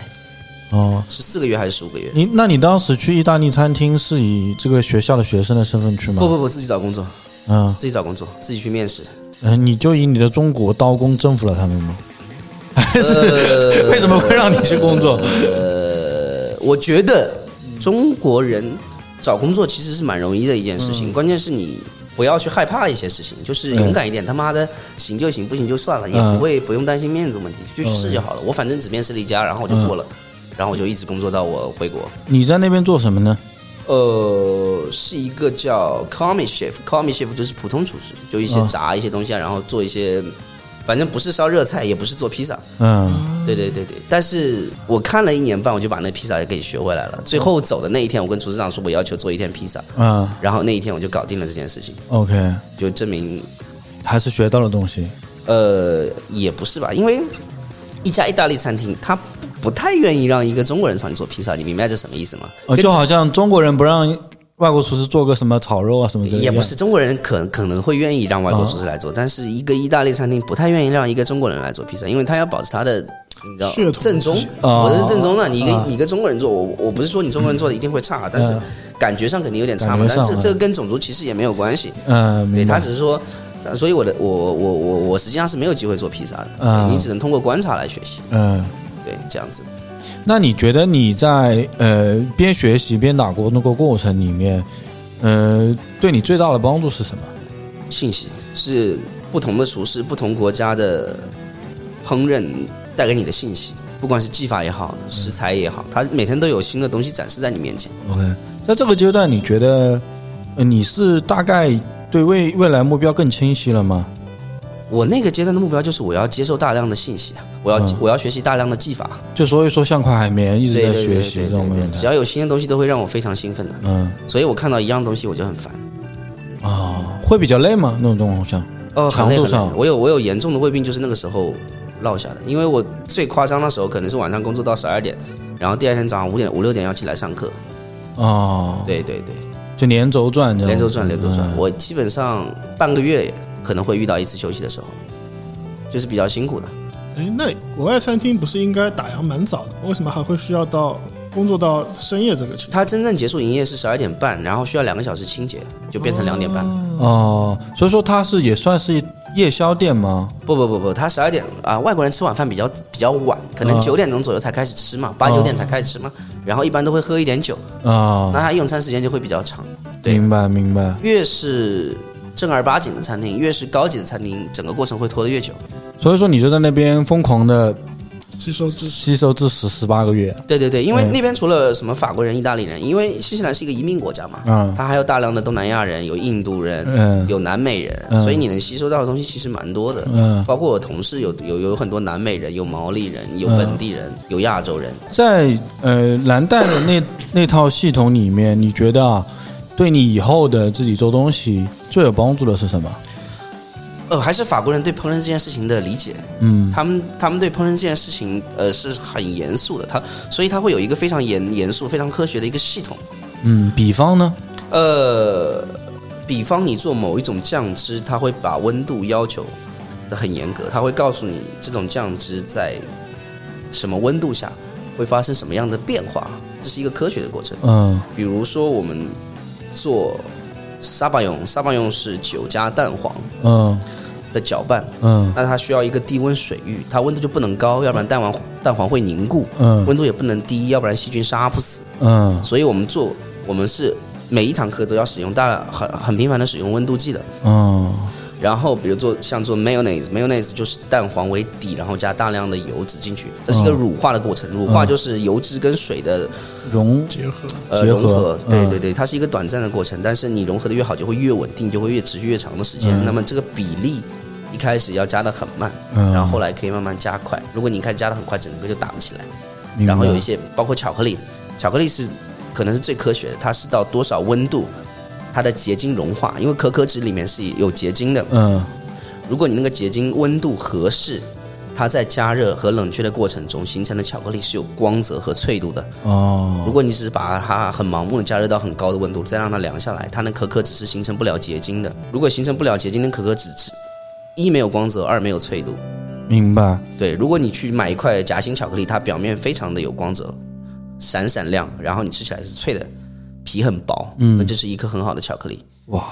Speaker 1: 哦，
Speaker 3: 十四个月还是十五个月？
Speaker 1: 你那你当时去意大利餐厅是以这个学校的学生的身份去吗？
Speaker 3: 不，不不，自己找工作，
Speaker 1: 嗯
Speaker 3: 自己找工作，自己去面试。
Speaker 1: 嗯，你就以你的中国刀工征服了他们吗？还是、
Speaker 3: 呃
Speaker 1: 为什么会让你去工作？
Speaker 3: 呃，我觉得中国人找工作其实是蛮容易的一件事情，关键是你不要去害怕一些事情，就是勇敢一点，他妈的行就行，不行就算了，也
Speaker 1: 嗯
Speaker 3: 不会不用担心面子问题，就去试就好了。我反正只面试了一家，然后我就过了，然后我就一直工作到我回国。
Speaker 1: 你在那边做什么呢？
Speaker 3: 呃，是一个叫 commie chef，commie chef 就是普通厨师，就一些
Speaker 1: 嗯
Speaker 3: 炸一些东西啊，然后做一些，反正不是烧热菜，也不是做披萨，
Speaker 1: 嗯，
Speaker 3: 对对对对，但是我看了一年半，我就把那披萨给学回来了。最后走的那一天，我跟厨师长说，我要求做一天披萨，
Speaker 1: 嗯
Speaker 3: 然后那一天我就搞定了这件事情，
Speaker 1: ，OK，
Speaker 3: 就证明，
Speaker 1: 还是学到了东西。
Speaker 3: 呃，也不是吧，因为一家意大利餐厅，他不不太愿意让一个中国人上去做披萨，你明白这什么意思吗？
Speaker 1: 呃，
Speaker 3: 跟
Speaker 1: 就好像中国人不让外国厨师做个什么炒肉啊什么之类的。
Speaker 3: 也不是中国人可可能会愿意让外国厨师来
Speaker 1: 嗯
Speaker 3: 做，但是一个意大利餐厅不太愿意让一个中国人来做披萨，因为他要保持他的。你知道
Speaker 2: 血统
Speaker 3: 正宗，
Speaker 1: 哦
Speaker 3: 我是正宗的。你一个你一个中国人做，我我不是说你中国人做的一定会差，但是感觉上肯定有点差嘛
Speaker 1: 嗯感。觉
Speaker 3: 但
Speaker 1: 上嗯
Speaker 3: 这这跟种族歧视也没有关系，
Speaker 1: 嗯，
Speaker 3: 对
Speaker 1: 明白
Speaker 3: 他只是说，所以我的我我我我实际上是没有机会做披萨的，
Speaker 1: 嗯
Speaker 3: 对你只能通过观察来学习，
Speaker 1: 嗯。
Speaker 3: 对这样子。
Speaker 1: 那你觉得你在呃边学习边打工那个过程里面，呃，对你最大的帮助是什么？
Speaker 3: 信息，是不同的厨师、不同国家的烹饪带给你的信息，不管是技法也好，食材也好，它每天都有新的东西展示在你面前。
Speaker 1: OK，在这个阶段，你觉得、呃、你是大概对未未来目标更清晰了吗？
Speaker 3: 我那个阶段的目标就是我要接受大量的信息啊，我要、我要学习大量的技法，
Speaker 1: 就所以说像块海绵一直
Speaker 3: 对
Speaker 1: 在
Speaker 3: 对对
Speaker 1: 学
Speaker 3: 对
Speaker 1: 习
Speaker 3: 对
Speaker 1: 这种
Speaker 3: 对
Speaker 1: 状
Speaker 3: 只
Speaker 1: 态，
Speaker 3: 要有新的东西都会让我非常兴奋的，
Speaker 1: 嗯
Speaker 3: 所以我看到一样东西我就很烦。
Speaker 1: 啊，会比较累吗？那种状况下，
Speaker 3: 哦，很
Speaker 1: 强
Speaker 3: 累
Speaker 1: 度
Speaker 3: 很累
Speaker 1: 上。
Speaker 3: 我有我有严重的胃病，就是那个时候落下的。因为我最夸张的时候可能是晚上工作到十二点，然后第二天早上五点五六点要起来上课。
Speaker 1: 哦，
Speaker 3: 对对对，
Speaker 1: 就连轴转这样，
Speaker 3: 连轴转连轴转，
Speaker 1: 嗯
Speaker 3: 我基本上半个月可能会遇到一次休息的时候，就是比较辛苦的。
Speaker 2: 哎，那国外餐厅不是应该打烊蛮早的？为什么还会需要到工作到深夜这个情况？
Speaker 3: 它真正结束营业是十二点半，然后需要两个小时清洁，就变成两点半。
Speaker 1: 哦，所以说它是也算是夜宵店吗？
Speaker 3: 不不不不，他十二点啊、外国人吃晚饭比较比较晚，可能
Speaker 1: 啊
Speaker 3: 九点钟左右才开始吃嘛，
Speaker 1: 哦
Speaker 3: 八九点才开始吃嘛，然后一般都会喝一点酒，
Speaker 1: 啊
Speaker 3: 那，他用餐时间就会比较长。对，
Speaker 1: 明白明白。
Speaker 3: 越是正儿八经的餐厅，越是高级的餐厅，整个过程会拖得越久。
Speaker 1: 所以说你就在那边疯狂的
Speaker 2: 吸收知识，
Speaker 1: 吸收知识十八个月，
Speaker 3: 对对对，因为
Speaker 1: 嗯
Speaker 3: 那边除了什么法国人、意大利人，因为新西兰是一个移民国家嘛，
Speaker 1: 嗯
Speaker 3: 它还有大量的东南亚人，有印度人，
Speaker 1: 嗯
Speaker 3: 有南美人，
Speaker 1: 嗯
Speaker 3: 所以你能吸收到的东西其实蛮多的。
Speaker 1: 嗯
Speaker 3: 包括我同事有有有很多南美人，有毛利人，有本地人，有亚洲人。
Speaker 1: 在呃蓝带的那那套系统里面，你觉得啊，对你以后的自己做东西最有帮助的是什么？
Speaker 3: 呃，还是法国人对烹饪这件事情的理解，
Speaker 1: 嗯
Speaker 3: 他们他们对烹饪这件事情，呃，是很严肃的，他所以他会有一个非常严严肃、非常科学的一个系统。
Speaker 1: 嗯，比方呢？
Speaker 3: 呃，比方你做某一种酱汁，它会把温度要求的很严格，它会告诉你这种酱汁在什么温度下会发生什么样的变化，这是一个科学的过程。
Speaker 1: 嗯
Speaker 3: 比如说我们做沙巴用，沙巴用是酒加蛋黄
Speaker 1: 嗯
Speaker 3: 的搅拌，
Speaker 1: 嗯
Speaker 3: 那它需要一个低温水域，它温度就不能高，要不然蛋黄蛋黄会凝固，温
Speaker 1: 嗯
Speaker 3: 度也不能低，要不然细菌杀不死。
Speaker 1: 嗯
Speaker 3: 所以我们做我们是每一堂课都要使用大很很频繁的使用温度计的。
Speaker 1: 嗯
Speaker 3: 然后比如做像做 mayonnaise，mayonnaise 就是蛋黄为底，然后加大量的油脂进去，这是一个
Speaker 1: 嗯
Speaker 3: 乳化的过程。乳化就是油脂跟水的
Speaker 1: 融
Speaker 2: 结合
Speaker 3: 呃
Speaker 1: 结
Speaker 3: 融
Speaker 1: 合
Speaker 3: 合，对
Speaker 1: 嗯
Speaker 3: 对对，它是一个短暂的过程，但是你融合的越好，就会越稳定，就会越持续越长的时间。那么这个比例。一开始要加的很慢，
Speaker 1: 嗯
Speaker 3: 然后后来可以慢慢加快。如果你一开始加的很快，整个就打不起来。
Speaker 1: 明白
Speaker 3: 然后有一些包括巧克力，巧克力是可能是最科学的，它是到多少温度，它的结晶融化，因为可可脂里面是有结晶的。
Speaker 1: 嗯
Speaker 3: 如果你那个结晶温度合适，它在加热和冷却的过程中形成的巧克力是有光泽和脆度的。
Speaker 1: 哦
Speaker 3: 如果你只是把它很盲目的加热到很高的温度，再让它凉下来，它那可可脂是形成不了结晶的。如果形成不了结晶的可可脂，脂一没有光泽，二没有脆度。
Speaker 1: 明白
Speaker 3: 对，如果你去买一块夹心巧克力，它表面非常的有光泽，闪闪亮，然后你吃起来是脆的，皮很薄，嗯，那就是一颗很好的巧克力。
Speaker 1: 哇。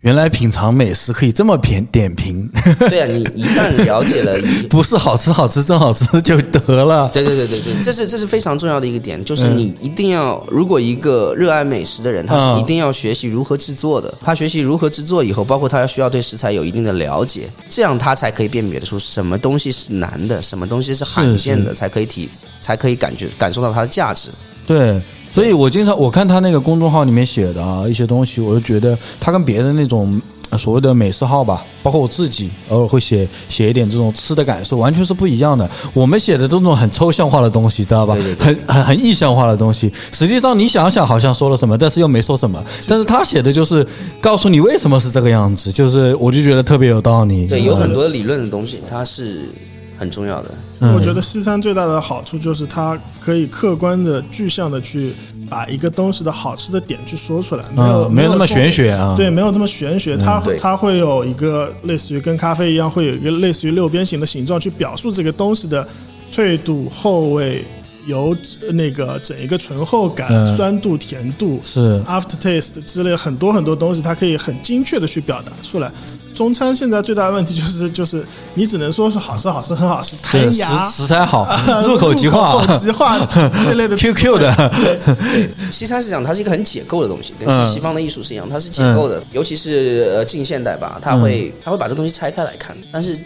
Speaker 1: 原来品尝美食可以这么评点评，
Speaker 3: 对啊，你一旦了解了一。
Speaker 1: 不是好吃好吃真好吃就得了。
Speaker 3: 对对对对对，这是这是非常重要的一个点，就是你一定要，如果一个热爱美食的人，他
Speaker 1: 嗯
Speaker 3: 是一定要学习如何制作的。他学习如何制作以后，包括他要需要对食材有一定的了解，这样他才可以辨别出什么东西是难的，什么东西是罕见的，
Speaker 1: 是
Speaker 3: 才可以体才可以感觉感受到它的价值。
Speaker 1: 对，所以我经常我看他那个公众号里面写的啊一些东西，我就觉得他跟别的那种呃所谓的美食号吧，包括我自己偶尔会写写一点这种吃的感受，完全是不一样的。我们写的这种很抽象化的东西，知道吧？
Speaker 3: 对对
Speaker 1: 很很很意象化的东西，实际上你想想好像说了什么，但是又没说什么。但是他写的就是告诉你为什么是这个样子，就是我就觉得特别有道理。
Speaker 3: 对，
Speaker 1: 嗯
Speaker 3: 有很多理论的东西，它是很重要的。
Speaker 2: 我觉得西餐最大的好处就是它可以客观的、具象的去把一个东西的好吃的点去说出来，没有、
Speaker 1: 嗯，没有那么
Speaker 2: 中
Speaker 1: 玄学啊。
Speaker 2: 对，没有这么玄学，它
Speaker 3: 对
Speaker 2: 它会有一个类似于跟咖啡一样，会有一个类似于六边形的形状去表述这个东西的脆度、后味、油脂那个整一个醇厚感、
Speaker 1: 嗯
Speaker 2: 酸度、甜度、
Speaker 1: 是
Speaker 2: after taste 之类很多很多东西，它可以很精确的去表达出来。中餐现在最大的问题就是就是你只能说是好吃好吃很好吃，弹
Speaker 1: 对食
Speaker 2: 牙，
Speaker 1: 食材好入口即化
Speaker 2: 哎入口 即化这类的词汇
Speaker 1: ，QQ 的。
Speaker 3: 西餐是讲它是一个很解构的东西，跟
Speaker 1: 嗯
Speaker 3: 西方的艺术是一样，它是解构的。尤其是呃近现代吧，它会它会把这东西拆开来看。但是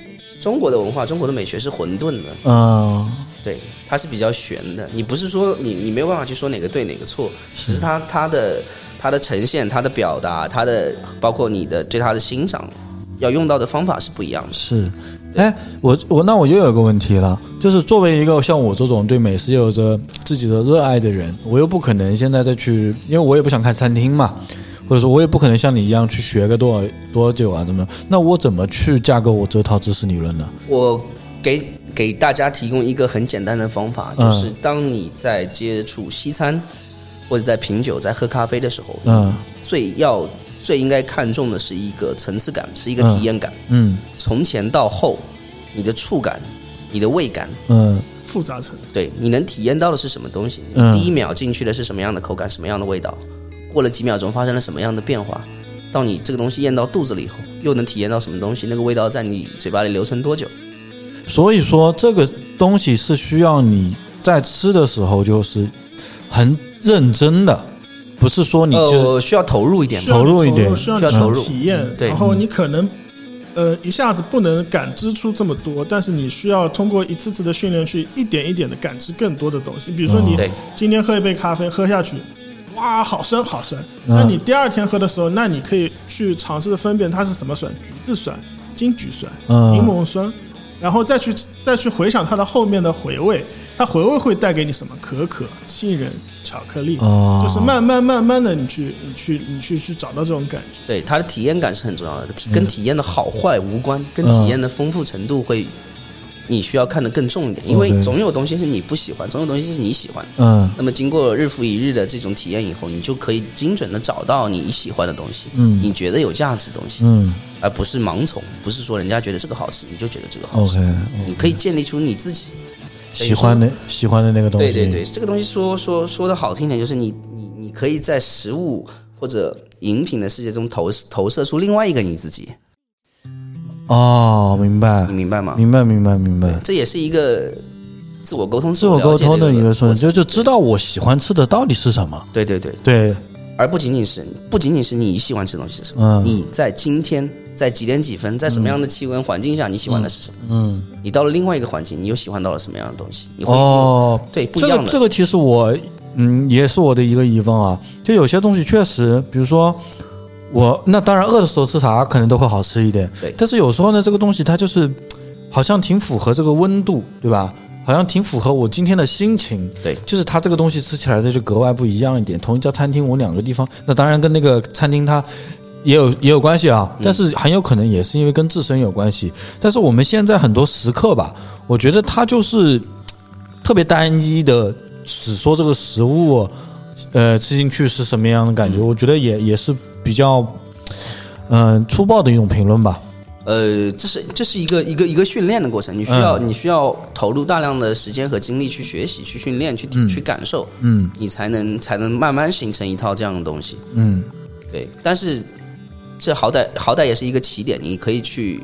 Speaker 3: 中国的文化，中国的美学是混沌的，
Speaker 1: 嗯，
Speaker 3: 对，它是比较悬的。你不是说你你没有办法去说哪个对哪个错，只是它它的它的呈现、它的表达、它的包括你的对它的欣赏，要用到的方法是不一样的。
Speaker 1: 是，哎，我我那我又有个问题了，就是作为一个像我这种对美食有着自己的热爱的人，我又不可能现在再去，因为我也不想开餐厅嘛，或者说我也不可能像你一样去学个多少多久啊，怎么样？那我怎么去架构我这套知识理论呢？
Speaker 3: 我给给大家提供一个很简单的方法，
Speaker 1: 嗯
Speaker 3: 就是当你在接触西餐或者在品酒、在喝咖啡的时候，
Speaker 1: 嗯
Speaker 3: 最要最应该看重的是一个层次感，是一个
Speaker 1: 嗯
Speaker 3: 体验感。
Speaker 1: 嗯
Speaker 3: 从前到后，你的触感、你的味感，
Speaker 1: 嗯
Speaker 2: 复杂程度。
Speaker 3: 对你能体验到的是什么东西？
Speaker 1: 嗯
Speaker 3: 第一秒进去的是什么样的口感、什么样的味道？过了几秒钟发生了什么样的变化？到你这个东西咽到肚子里以后，又能体验到什么东西？那个味道在你嘴巴里留存多久？
Speaker 1: 所以说这个东西是需要你在吃的时候就是很认真的，不是说你就、
Speaker 3: 呃，需要投入一点
Speaker 2: 需
Speaker 3: 吧。
Speaker 2: 要
Speaker 1: 投入
Speaker 2: 你
Speaker 1: 一点
Speaker 2: 需要
Speaker 3: 需要投
Speaker 2: 啊你
Speaker 3: 入
Speaker 2: 去体验，
Speaker 3: 对
Speaker 2: 然后你可能。呃，一下子不能感知出这么多，但是你需要通过一次次的训练，去一点一点的感知更多的东西。比如说，你
Speaker 3: 对
Speaker 2: 今天喝一杯咖啡，喝下去，哇，好酸好酸。
Speaker 1: 嗯
Speaker 2: 那你第二天喝的时候，那你可以去尝试的分辨它是什么酸，橘子酸、金桔酸、
Speaker 1: 嗯
Speaker 2: 柠檬酸，然后再去再去回想它的后面的回味，它回味会带给你什么？可可、杏仁、巧克力，
Speaker 1: 哦
Speaker 2: 就是慢慢慢慢的，你去你去你去去找到这种感觉。
Speaker 3: 对它的体验感是很重要的，
Speaker 1: 嗯
Speaker 3: 体跟体验的好坏无关，跟体验的丰富程度会，你需要看得更重一点，因为
Speaker 1: OK
Speaker 3: 总有东西是你不喜欢，总有东西是你喜欢。
Speaker 1: 哦嗯
Speaker 3: 那么经过日复一日的这种体验以后，你就可以精准的找到你喜欢的东西，
Speaker 1: 嗯
Speaker 3: 你觉得有价值的东西，
Speaker 1: 嗯
Speaker 3: 而不是盲从，不是说人家觉得这个好吃，你就觉得这个好吃
Speaker 1: ，OK，
Speaker 3: 你可以建立出你自己
Speaker 1: 喜欢的喜欢的那嗯个东西，
Speaker 3: 对对对，这个东西说说说的好听点，就是你你你可以在食物或者饮品的世界中投投射出另外一个你自己，
Speaker 1: 哦，明白
Speaker 3: 你，明白吗？
Speaker 1: 明白，明白，明白。
Speaker 3: 这也是一个自我沟通、
Speaker 1: 自我沟通的一个
Speaker 3: 说
Speaker 1: 说，就就知道我喜欢吃的到底是什么。
Speaker 3: 对对对，
Speaker 1: 对，
Speaker 3: 而不仅仅是不仅仅是你喜欢吃东西是什么，
Speaker 1: 嗯
Speaker 3: 你在今天在几点几分，在什么样的气温环境下你喜欢的是什么？
Speaker 1: 嗯，
Speaker 3: 你到了另外一个环境，你又喜欢到了什么样的东西？你会
Speaker 1: 哦，
Speaker 3: 对不一
Speaker 1: 这
Speaker 3: 样
Speaker 1: 个
Speaker 3: 的
Speaker 1: 这个其实我，嗯，也是我的一个疑问啊。就有些东西确实，比如说我那当然饿的时候吃啥可能都会好吃一点，
Speaker 3: 对
Speaker 1: 但是有时候呢，这个东西它就是好像挺符合这个温度，对吧？好像挺符合我今天的心情，
Speaker 3: 对
Speaker 1: 就是它这个东西吃起来它就格外不一样一点。同一家餐厅，我两个地方，那当然跟那个餐厅它也有也有关系啊，
Speaker 3: 嗯
Speaker 1: 但是很有可能也是因为跟自身有关系。但是我们现在很多食客吧，我觉得他就是嘖特别单一的，只说这个食物，呃，吃进去是什么样的感觉，我觉得也也是比较，嗯、粗暴的一种评论吧。
Speaker 3: 呃，这是这是一个一个一个训练的过程，你需要、
Speaker 1: 嗯
Speaker 3: 你需要投入大量的时间和精力去学习、去训练、去、去感受，
Speaker 1: 嗯
Speaker 3: 你才能才能慢慢形成一套这样的东西。
Speaker 1: 嗯，
Speaker 3: 对，但是这好歹好歹也是一个起点，你可以去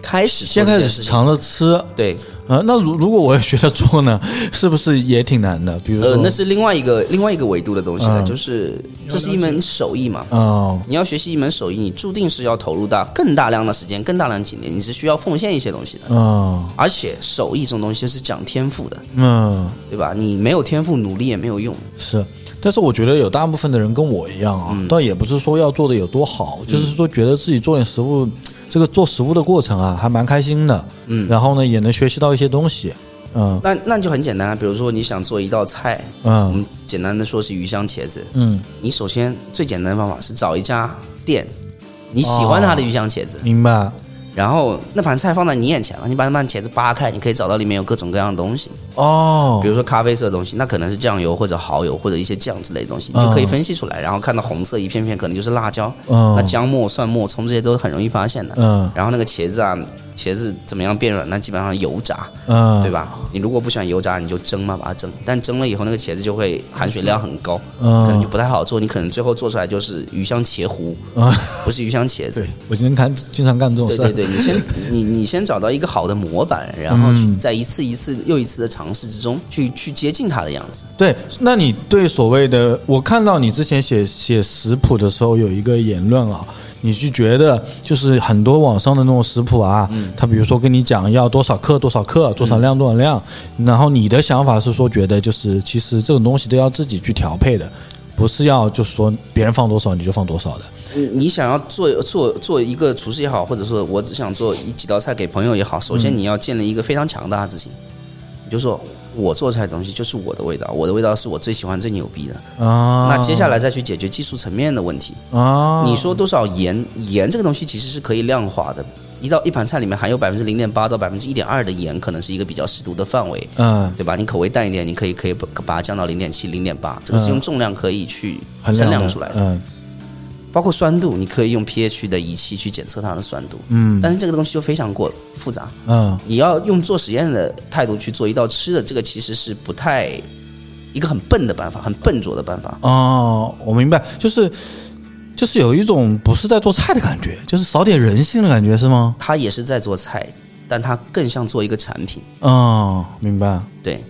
Speaker 3: 开始做
Speaker 1: 先开
Speaker 3: 这件
Speaker 1: 始
Speaker 3: 事情
Speaker 1: 尝着吃，
Speaker 3: 对，
Speaker 1: 呃，那如如果我也学着做呢，是不是也挺难的？比如说，
Speaker 3: 呃，那是另外一个另外一个维度的东西
Speaker 1: 嗯
Speaker 3: 了，就是这是一门手艺嘛。
Speaker 1: 哦，
Speaker 3: 你要学习一门手艺，你注定是要投入到更大量的时间、更大量的精力，你是需要奉献一些东西的。
Speaker 1: 哦，
Speaker 3: 而且手艺这种东西是讲天赋的，
Speaker 1: 嗯。
Speaker 3: 对吧？你没有天赋，努力也没有用。
Speaker 1: 是，但是我觉得有大部分的人跟我一样啊，
Speaker 3: 嗯
Speaker 1: 倒也不是说要做的有多好，就是说觉得自己做点食物，这个做食物的过程啊，还蛮开心的。嗯，然后呢，也能学习到一些东西。嗯
Speaker 3: 那那就很简单啊，比如说你想做一道菜，我
Speaker 1: 嗯
Speaker 3: 们简单的说是鱼香茄子，
Speaker 1: 嗯，
Speaker 3: 你首先最简单的方法是找一家店，你喜欢它的鱼香茄子，
Speaker 1: 明白。
Speaker 3: 然后那盘菜放在你眼前了，你把那盘茄子扒开，你可以找到里面有各种各样的东西，
Speaker 1: 哦
Speaker 3: 比，如说咖啡色的东西，那可能是酱油或者蚝油或者一些酱之类的东西，你就可以分析出来。然后看到红色一片片，可能就是辣椒，
Speaker 1: 嗯
Speaker 3: 那姜末、蒜末、葱这些都很容易发现的。
Speaker 1: 嗯
Speaker 3: 然后那个茄子啊，茄子怎么样变软？那基本上油炸，
Speaker 1: 嗯，
Speaker 3: 对？吧？你如果不喜欢油炸，你就蒸嘛，把它蒸。但蒸了以后，那个茄子就会含水量很高，
Speaker 1: 嗯
Speaker 3: 可能就不太好做。你可能最后做出来就是鱼香茄糊，
Speaker 1: 啊，
Speaker 3: 不是鱼香茄 子
Speaker 1: 对。，我经常干，经常干这种
Speaker 3: 对
Speaker 1: 事。
Speaker 3: 对对，你先你你先找到一个好的模板，然后
Speaker 1: 嗯
Speaker 3: 去在一次一次又一次的尝试之中去去接近它的样子。
Speaker 1: 对，那你对所谓的，我看到你之前写写食谱的时候有一个言论啊，你就觉得就是很多网上的那种食谱啊，
Speaker 3: 嗯
Speaker 1: 他比如说跟你讲要多少克多少克多少量多少量，然后你的想法是说觉得就是其实这种东西都要自己去调配的，不是要就说别人放多少你就放多少的。
Speaker 3: 你你想要做做做一个厨师也好，或者说我只想做一几道菜给朋友也好，
Speaker 1: 嗯
Speaker 3: 首先你要建立一个非常强大的自信，你就说我做出来的东西就是我的味道，我的味道是我最喜欢最牛逼的。
Speaker 1: 啊，
Speaker 3: 那接下来再去解决技术层面的问题。
Speaker 1: 啊，
Speaker 3: 你说多少盐？盐这个东西其实是可以量化的，一道一盘菜里面含有百分之零点八到百分之一点二的盐，可能是一个比较适度的范围，
Speaker 1: 嗯，
Speaker 3: 对吧？你口味淡一点，你可以可以把把它降到零点七、零点八，这个
Speaker 1: 嗯
Speaker 3: 是用重量可以去
Speaker 1: 衡
Speaker 3: 称
Speaker 1: 量
Speaker 3: 量
Speaker 1: 的
Speaker 3: 出来的。
Speaker 1: 嗯
Speaker 3: 包括酸度，你可以用 pH 的仪器去检测它的酸度，
Speaker 1: 嗯
Speaker 3: 但是这个东西就非常过复杂，
Speaker 1: 嗯
Speaker 3: 你要用做实验的态度去做一道吃的，这个其实是不太一个很笨的办法，很笨拙的办法。
Speaker 1: 哦，我明白，就是就是有一种不是在做菜的感觉，就是少点人性的感觉，是吗？
Speaker 3: 它也是在做菜，但它更像做一个产品，
Speaker 1: 哦，明白，
Speaker 3: 对，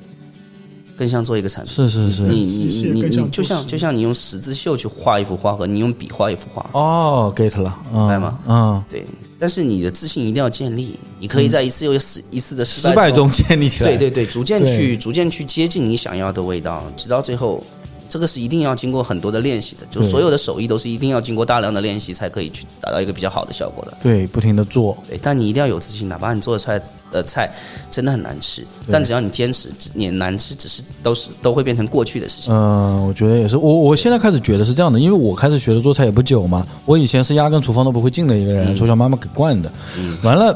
Speaker 3: 更像做一个产品。
Speaker 1: 是是是，
Speaker 3: 你你
Speaker 2: 机械
Speaker 3: 你你
Speaker 2: 更
Speaker 3: 你
Speaker 2: 像
Speaker 3: 就
Speaker 2: 做
Speaker 3: 像
Speaker 2: 实
Speaker 3: 就像你用十字绣去画一幅画和你用笔画一幅画，
Speaker 1: 哦，get 了，明
Speaker 3: 明白吗
Speaker 1: 嗯，
Speaker 3: 对，但是你的自信一定要建立，你可以在一次又一次一次的失
Speaker 1: 嗯失败
Speaker 3: 中
Speaker 1: 中建立起来，
Speaker 3: 对对对，逐渐
Speaker 1: 对
Speaker 3: 去逐渐去接近你想要的味道，直到最后，这个是一定要经过很多的练习的。就
Speaker 1: 对
Speaker 3: 所有的手艺都是一定要经过大量的练习才可以去达到一个比较好的效果的。
Speaker 1: 对，不停的做，
Speaker 3: 对，但你一定要有自信，哪怕你做的菜呃菜真的很难吃，但只要你坚持，只你难吃只是都是都会变成过去的事情。
Speaker 1: 嗯，我觉得也是。我我现在开始觉得是这样的，因为我开始学的做菜也不久嘛。我以前是压根厨房都不会进的一个人，从小妈妈给惯的。完了，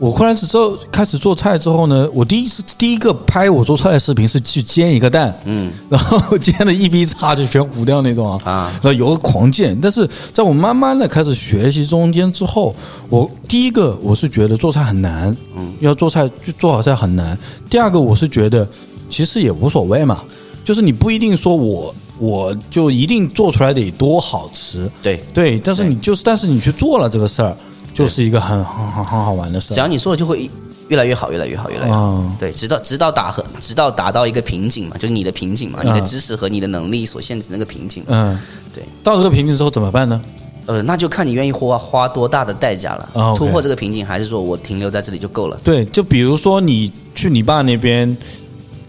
Speaker 1: 我忽然之后开始做菜之后呢，我第一次第一个拍我做菜的视频是去煎一个蛋，嗯， 然后煎的一逼叉就全糊掉那种啊，
Speaker 3: 啊
Speaker 1: 然后有个狂煎。但是在我慢慢的开始学习中间之后，我第一个我是觉得做菜很难，嗯，要做菜就做好菜很难。第二个我是觉得其实也无所谓嘛。就是你不一定说我我就一定做出来得多好吃，
Speaker 3: 对，
Speaker 1: 对，但是你就是但是你去做了这个事儿，就是一个很很很很好玩的事儿，
Speaker 3: 只要你做了，就会越来越好，越来越好，越来越好。
Speaker 1: 嗯，
Speaker 3: 对，直到直到打和直到达到一个瓶颈嘛，就是你的瓶颈嘛，你的
Speaker 1: 嗯
Speaker 3: 知识和你的能力所限制的那个瓶颈。
Speaker 1: 嗯，
Speaker 3: 对，
Speaker 1: 到这个瓶颈之后怎么办呢？
Speaker 3: 呃，那就看你愿意花花多大的代价了。
Speaker 1: 啊，OK
Speaker 3: 突破这个瓶颈，还是说我停留在这里就够了？
Speaker 1: 对，就比如说你去你爸那边。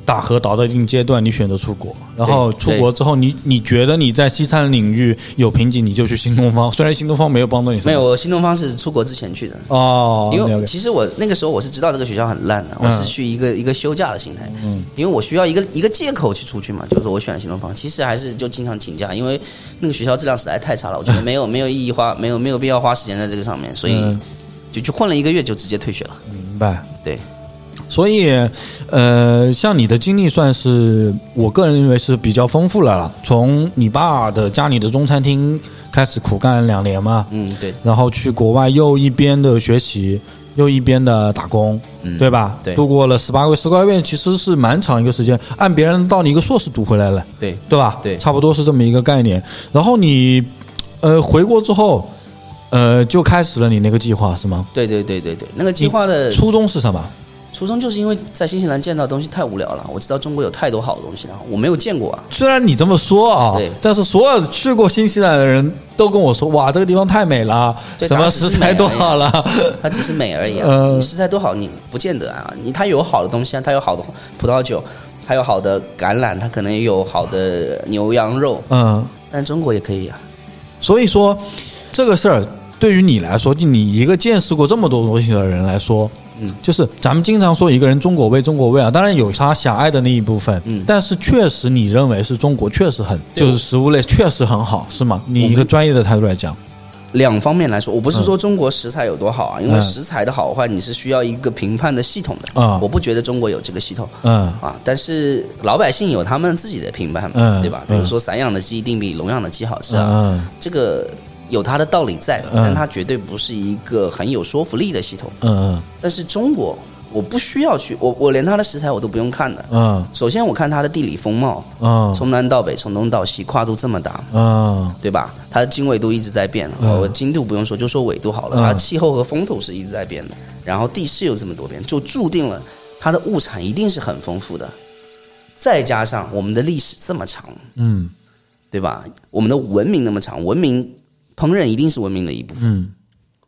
Speaker 1: 打和倒到一定阶段，你选择出国，然后出
Speaker 3: 对
Speaker 1: 国之后你，你觉得你在西餐领域有瓶颈，你就去新东方。虽然新东方没有帮到你什么，
Speaker 3: 没有，我新东方是出国之前去的。
Speaker 1: 哦，嗯
Speaker 3: 因为
Speaker 1: OK，OK
Speaker 3: 其实我那个时候我是知道这个学校很烂的，我是去一个一个休假的心态，
Speaker 1: 嗯
Speaker 3: 因为我需要一个一个借口去出去嘛，就是我选了新东方，其实还是就经常请假，因为那个学校质量实在太差了，我觉 得没有没有意义花没有没有必要花时间在这个上面，所以
Speaker 1: 嗯
Speaker 3: 就去混了一个月就直接退学了。
Speaker 1: 明白。
Speaker 3: 对，
Speaker 1: 所以，呃，像你的经历算是我个人认为是比较丰富了啦。从你爸的家里的中餐厅开始苦干两年嘛，
Speaker 3: 嗯，对，
Speaker 1: 然后去国外又一边的学习，又一边的打工，
Speaker 3: 嗯
Speaker 1: 对吧？
Speaker 3: 对
Speaker 1: 度过了十八个月，十八个月其实是蛮长一个时间，按别人的道理一个硕士读回来了，
Speaker 3: 对
Speaker 1: 对吧？
Speaker 3: 对
Speaker 1: 差不多是这么一个概念。然后你，呃，回国之后，呃，就开始了你那个计划是吗？
Speaker 3: 对对对对对，那个计划的
Speaker 1: 初衷是什么？
Speaker 3: 初衷就是因为在新西兰见到的东西太无聊了，我知道中国有太多好的东西了，我没有见过啊。
Speaker 1: 虽然你这么说啊
Speaker 3: 对，
Speaker 1: 但是所有去过新西兰的人都跟我说，哇，这个地方太美了，
Speaker 3: 对
Speaker 1: 什么
Speaker 3: 当时
Speaker 1: 食
Speaker 3: 是
Speaker 1: 材
Speaker 3: 美
Speaker 1: 都
Speaker 3: 而已啊
Speaker 1: 好了，
Speaker 3: 它只是美而已、啊。
Speaker 1: 呃
Speaker 3: 你食材多好，你不见得啊。你它有好的东西啊，它有好的葡萄酒，它有好的橄榄，它可能也有好的牛羊肉，
Speaker 1: 嗯，
Speaker 3: 但中国也可以啊。
Speaker 1: 所以说这个事儿对于你来说，就你一个见识过这么多东西的人来说，
Speaker 3: 嗯，
Speaker 1: 就是咱们经常说一个人中国味，中国味啊，当然有他狭隘的那一部分，
Speaker 3: 嗯
Speaker 1: 但是确实你认为是中国确实很，就是食物类确实很好，是吗？你一个专业的态度来讲，
Speaker 3: 两方面来说，我不是说中国食材有多好啊，因为
Speaker 1: 嗯
Speaker 3: 食材的好坏你是需要一个评判的系统的。
Speaker 1: 啊
Speaker 3: 我不觉得中国有这个系统。
Speaker 1: 嗯
Speaker 3: 啊，但是老百姓有他们自己的评判嘛，
Speaker 1: 嗯
Speaker 3: 对吧？比
Speaker 1: 嗯
Speaker 3: 如说散养的鸡一定比笼养的鸡好吃啊，
Speaker 1: 嗯
Speaker 3: 这个有它的道理在，
Speaker 1: 嗯
Speaker 3: 但它绝对不是一个很有说服力的系统。
Speaker 1: 嗯嗯
Speaker 3: 但是中国，我不需要去，我我连它的食材我都不用看的。
Speaker 1: 嗯
Speaker 3: 首先，我看它的地理风貌，
Speaker 1: 嗯
Speaker 3: 从南到北，从东到西，跨度这么大，
Speaker 1: 嗯
Speaker 3: 对吧？它的经纬度一直在变，哦我经度不用说，就说纬度好了，
Speaker 1: 嗯
Speaker 3: 它气候和风土是一直在变的，然后地势又这么多变，就注定了它的物产一定是很丰富的。再加上我们的历史这么长，
Speaker 1: 嗯
Speaker 3: 对吧？我们的文明那么长，文明烹饪一定是文明的一部分，
Speaker 1: 嗯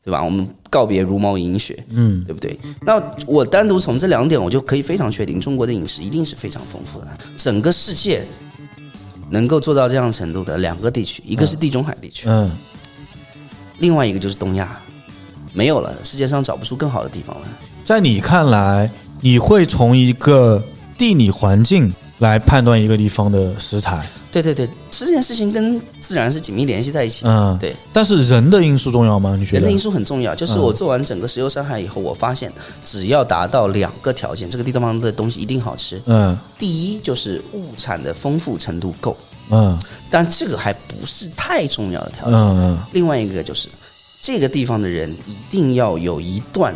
Speaker 3: 对吧？我们告别茹毛饮血，
Speaker 1: 嗯
Speaker 3: 对不对？那我单独从这两点，我就可以非常确定，中国的饮食一定是非常丰富的。整个世界能够做到这样的程度的两个地区，一个是地中海地区，
Speaker 4: 嗯
Speaker 3: 另外一个就是东亚，没有了，世界上找不出更好的地方了。
Speaker 1: 在你看来，你会从一个地理环境来判断一个地方的食材，
Speaker 3: 对对对，这件事情跟自然是紧密联系在一起的。
Speaker 1: 嗯
Speaker 3: 对，
Speaker 1: 但是人的因素重要吗？你觉
Speaker 3: 人
Speaker 1: 得嗯
Speaker 3: 的因？素很重要。就是我做完整个石油山海以后，我发现只要达到两个条件，这个地方的东西一定好吃。
Speaker 1: 嗯
Speaker 3: 第一就是物产的丰富程度够，
Speaker 1: 嗯
Speaker 3: 但这个还不是太重要的条
Speaker 1: 嗯
Speaker 3: 件。
Speaker 1: 嗯
Speaker 3: 另外一个就是这个地方的人一定要有一段